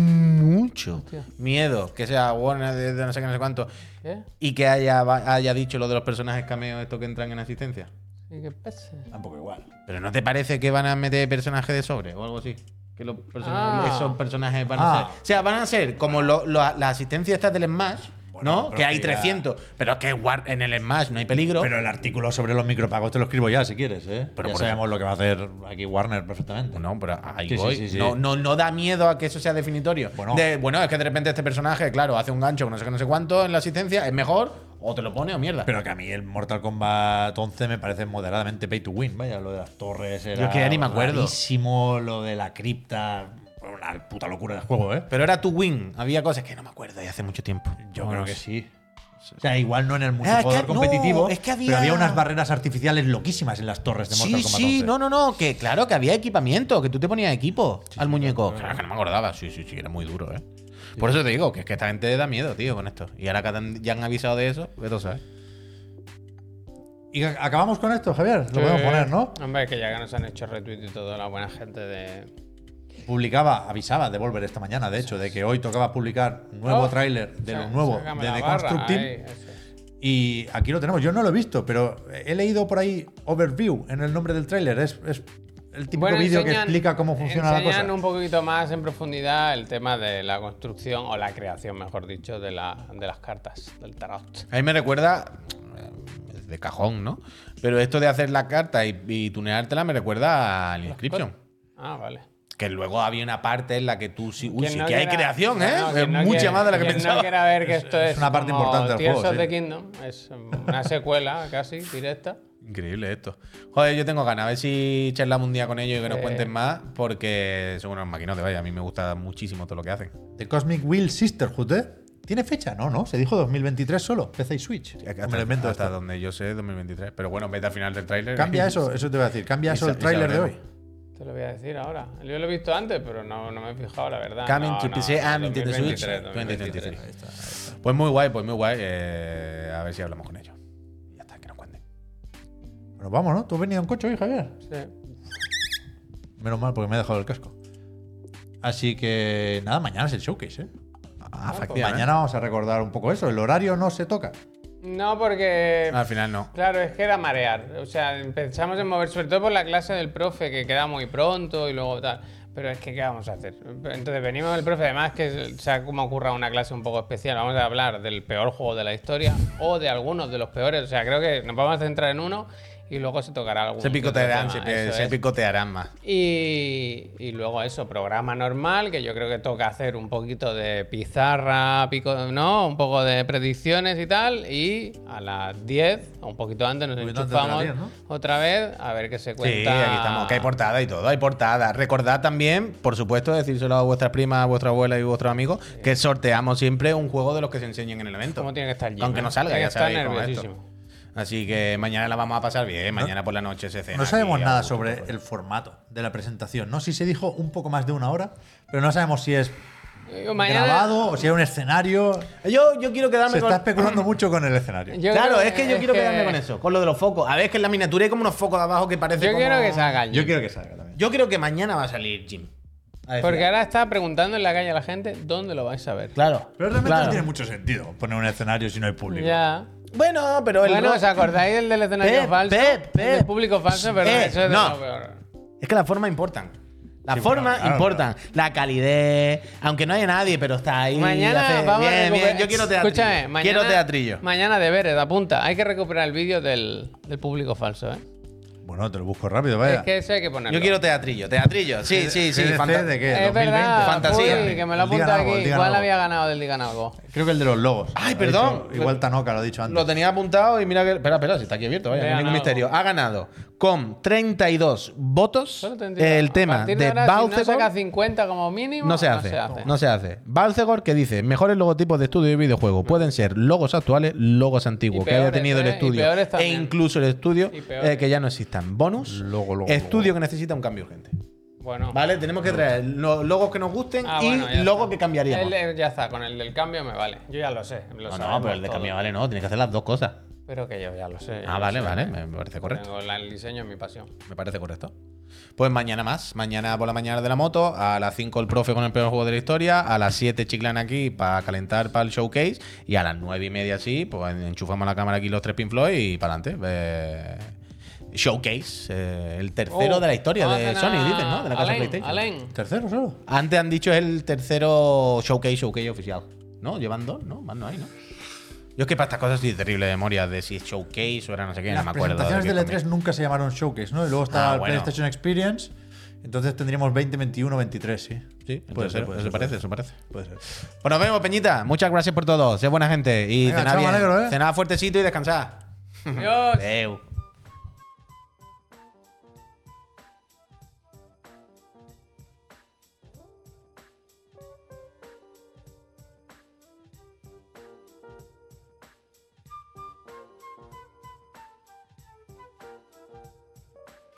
mucho miedo que sea Warner de, de no sé qué, no sé cuánto.
¿Qué?
Y que haya, haya dicho lo de los personajes cameo, estos que entran en asistencia.
Sí, ¿Qué pasa?
Tampoco igual.
Pero ¿no te parece que van a meter personajes de sobre o algo así? Que los personajes,
Ah.
esos personajes van a
Ah.
ser. O sea, van a ser como lo- lo- las asistencias estas del Smash,
Bueno,
¿no?
pero
Que hay
que ya-
300. Pero es que War- en el Smash no hay peligro.
Pero el artículo sobre los micropagos te lo escribo ya si quieres, ¿eh?
Pero
ya
por
sabemos lo que va a hacer aquí Warner perfectamente.
no, pero ahí
Sí, sí,
voy.
sí, sí.
No, no, no da miedo a que eso sea definitorio. De- Bueno.
Bueno.
es que de repente este personaje, claro, hace un gancho con no sé qué, no sé cuánto en la asistencia, es mejor, o te lo pone o mierda.
Pero que a mí el Mortal Kombat 11 me parece moderadamente pay to win. Vaya, lo de las torres era.
Yo es que ya ni me acuerdo.
rarísimo, lo de la cripta. fue Una puta locura de juego, ¿eh?
Pero era tu win. Había cosas que no me acuerdo y hace mucho tiempo.
Yo
No,
creo
no
que
sé.
sí. O sea, igual no en el
Ah, es
multijugador
que-
competitivo,
no, es que había-
pero había unas barreras artificiales loquísimas en las torres de Mortal
Sí,
Kombat
sí,
11.
no, no, no, que claro, que había equipamiento, que tú te ponías equipo al muñeco. Claro, que no me acordaba, sí, sí, sí, era muy duro, ¿eh? Por eso te digo, que es que esta gente da miedo, tío, con esto. Y ahora que han- ya han avisado de eso, vete a saber.
Y a- acabamos con esto, Javier. Lo podemos
Sí.
poner, ¿no?
Hombre, que ya que nos han hecho retweet y todo, la buena gente de.
Publicaba, avisaba de volver esta mañana, de hecho, de que hoy tocaba publicar un nuevo
Oh,
tráiler de lo
Sa-
nuevo
sácame
de
la
The
barra,
Construct Team.
ahí, eso es.
Y aquí lo tenemos. Yo no lo he visto, pero he leído por ahí Overview en el nombre del tráiler. Es, es el típico
Bueno,
vídeo que
enseñan-
explica cómo funciona la cosa.
enseñan un poquito más en profundidad el tema de la construcción o la creación, mejor dicho, de, la, de las cartas, del tarot.
A mí me recuerda, eh, de cajón, ¿no? Pero esto de hacer la carta y, y tuneártela me recuerda al Inscription.
Ah, vale.
Que luego había una parte en la que tú sí. Uy,
Quien
sí,
no
que hay
quiera-
creación,
no,
¿eh?
no,
es
quien no
mucha
quiera-
más de la que
quien
pensaba.
no quiera ver que esto es,
una parte
como
importante del
Tears
juego,
of the
sí.
Kingdom, es una secuela casi directa.
Increíble esto. Joder, yo tengo ganas. A ver si charlamos un día con ellos y que nos
Sí.
cuenten más, porque son unos maquinotes, vaya. A mí me gusta muchísimo todo lo que hacen.
The Cosmic Wheel Sisterhood, ¿eh? ¿Tiene fecha? No, no. Se dijo 2023 solo. PC y Switch.
Hasta,
Me lo invento
hasta
esto.
donde yo sé, 2023. Pero bueno, vete al final del tráiler.
Cambia eso, eso te voy a decir. Cambia eso
Y
el
sa- y
tráiler de hoy.
sabremos.
Te lo voy a decir ahora. Yo lo he visto antes, pero no, no me he fijado, la verdad.
Coming
No,
to
no,
PC
ah,
and Nintendo Switch
2023,
2023.
2023.
Ahí está, ahí está.
Pues muy guay, pues muy guay. Eh, a ver si hablamos con ellos. Y Ya está, que nos cuenten.
Bueno, vamos, ¿no? Tú has venido en coche hoy, Javier.
Sí.
Menos mal porque me he dejado el casco. Así que nada, mañana es el showcase, ¿eh?
Ah,
Mañana vamos a recordar un poco eso. El horario no se toca.
No, porque.
Al final no.
Claro, es que era marear. O sea, empezamos en mover, sobre todo por la clase del profe, que queda muy pronto y luego tal. Pero es que, ¿qué vamos a hacer? Entonces venimos del profe, además que se ha como ocurra una clase un poco especial. Vamos a hablar del peor juego de la historia o de algunos de los peores. O sea, creo que nos vamos a centrar en uno y luego se tocará algún
Se picotearán,
otro tema.
se,
Eso
se
es.
picotearán más.
Y, y luego eso, programa normal, que yo creo que toca hacer un poquito de pizarra, pico, ¿no? Un poco de predicciones y tal. Y a las 10, o un poquito antes, nos
poquito antes de las
enchufamos
10, ¿no?
otra vez a ver qué se cuenta.
Sí, aquí estamos. Que hay portada y todo, hay portada. Recordad también, por supuesto, decírselo a vuestras primas, a vuestra abuela y a vuestros amigos, que sorteamos siempre un juego de los que se enseñen en el evento.
¿Cómo tiene que estar Jim,
Aunque
eh?
no salga,
Tiene
ya
que estar
sabéis cómo es esto.
nerviosísimo.
Así que mañana la vamos a pasar bien. Mañana por la noche se cena.
No sabemos
aquí, a
nada
gusto,
sobre
por
el formato de la presentación, ¿no? Sí se dijo un poco más de una hora, pero no sabemos si es
Yo mañana-
grabado o si es un escenario.
favor. Yo, yo quiero quedarme
Se
con.
está especulando mucho con el escenario.
Yo
claro,
creo
es que yo quiero
que-
quedarme con eso, con lo de los focos. A ver, es que en la miniatura hay como unos focos de abajo que parece.
Yo
como-
quiero que salga Jim.
Yo quiero que salga también.
Yo creo que mañana va a salir Jim. A decir
Porque
algo.
ahora está preguntando en la calle a la gente dónde lo vais a ver.
Claro.
Pero realmente
claro.
no tiene mucho sentido poner un escenario si no hay público.
Ya.
Bueno, pero el.
Bueno,
ro-
¿os acordáis del del escenario
Pep,
falso?
Pep, Pep.
Del público falso, pero
Eh,
eso es de
no.
lo peor.
Es que la forma importan. La
Sí,
forma
bueno, claro,
importan. La calidez. Aunque no haya nadie, pero está ahí.
Mañana
hace-
vamos a
bien,
recuperar-
bien. Yo quiero teatrillo.
Escúchame, mañana,
quiero teatrillo.
Mañana deberes, apunta. Hay que recuperar el vídeo del, del público falso, ¿eh?
Bueno, te lo busco rápido, vaya.
Es que eso hay que ponerlo.
Yo quiero teatrillo. Teatrillo. Sí, sí, sí.
GDC
fanta-
de qué?
Es
2020.
verdad,
fantasía.
uy, que me lo
El Digan
apunta
Algo, el
aquí.
Digan
Igual
Algo.
había ganado del Digan Algo.
Creo que el de los logos. Lo
Ay,
ha
perdón.
dicho- igual Tanoca lo ha dicho antes.
Lo tenía apuntado y mira que. Espera, espera, si está aquí abierto, vaya,
Le
no
ha
hay ningún
ganado.
misterio. Ha ganado con 32 votos
Solo tendría-
el
a
tema
partir
de
ahora, Si no saca
Balcegor.
50 como mínimo,
No se hace, no se hace. Balcegor que dice, mejores logotipos de estudio y videojuego pueden ser logos actuales, logos antiguos
Y
que haya
peores,
tenido el
¿eh? Y
estudio
peores
e
también.
incluso el estudio
Y peores.
eh, que ya no existan. Bonus,
Logo, logo,
estudio que necesita un cambio urgente.
Bueno.
Vale, tenemos que traer lo- logos que nos gusten
Ah,
y
bueno, ya
logos
está.
que
El
cambiaríamos.
de- ya está, con el del cambio me vale. Yo ya lo sé. lo sabemos todo.
vale no, tienes que hacer las dos cosas.
Pero que yo ya lo sé. ya
Ah,
lo
vale,
sé.
vale, me me parece correcto.
Tengo la- el diseño es mi pasión.
Me parece correcto. Pues mañana más. Mañana por la mañana de la moto. A las 5 el profe con el peor juego de la historia. A las 7 chiclan aquí para calentar para el showcase. Y a las 9 y media así, pues enchufamos la cámara aquí los tres Pin Floyd y para adelante. Eh, showcase. eh, el tercero
Oh,
de la historia
vamos a
de
ganar
Sony, dicen, ¿no? De la casa
Alain,
PlayStation.
Alain.
Tercero solo.
Antes han dicho es el tercero showcase, showcase oficial. ¿No? Llevan dos, ¿no? Más no hay, ¿no? Yo es que para estas cosas soy terrible de memoria de si es showcase o era no sé qué, no
Las
me acuerdo.
presentaciones
qué
del
coño.
E3 nunca se llamaron showcase, ¿no? Y luego está
Ah,
el
bueno.
PlayStation Experience. Entonces tendríamos 20, 21, 23, sí.
Sí,
puede ser, puede
eso
ser,
parece,
puede
eso parece.
Puede ser.
Pues nos vemos, Peñita. Muchas gracias por todo. Sé buena gente y
Venga,
cenad
chao,
bien.
me alegro, ¿eh?
Cenad fuertecito y descansad.
Adiós.
Adeu.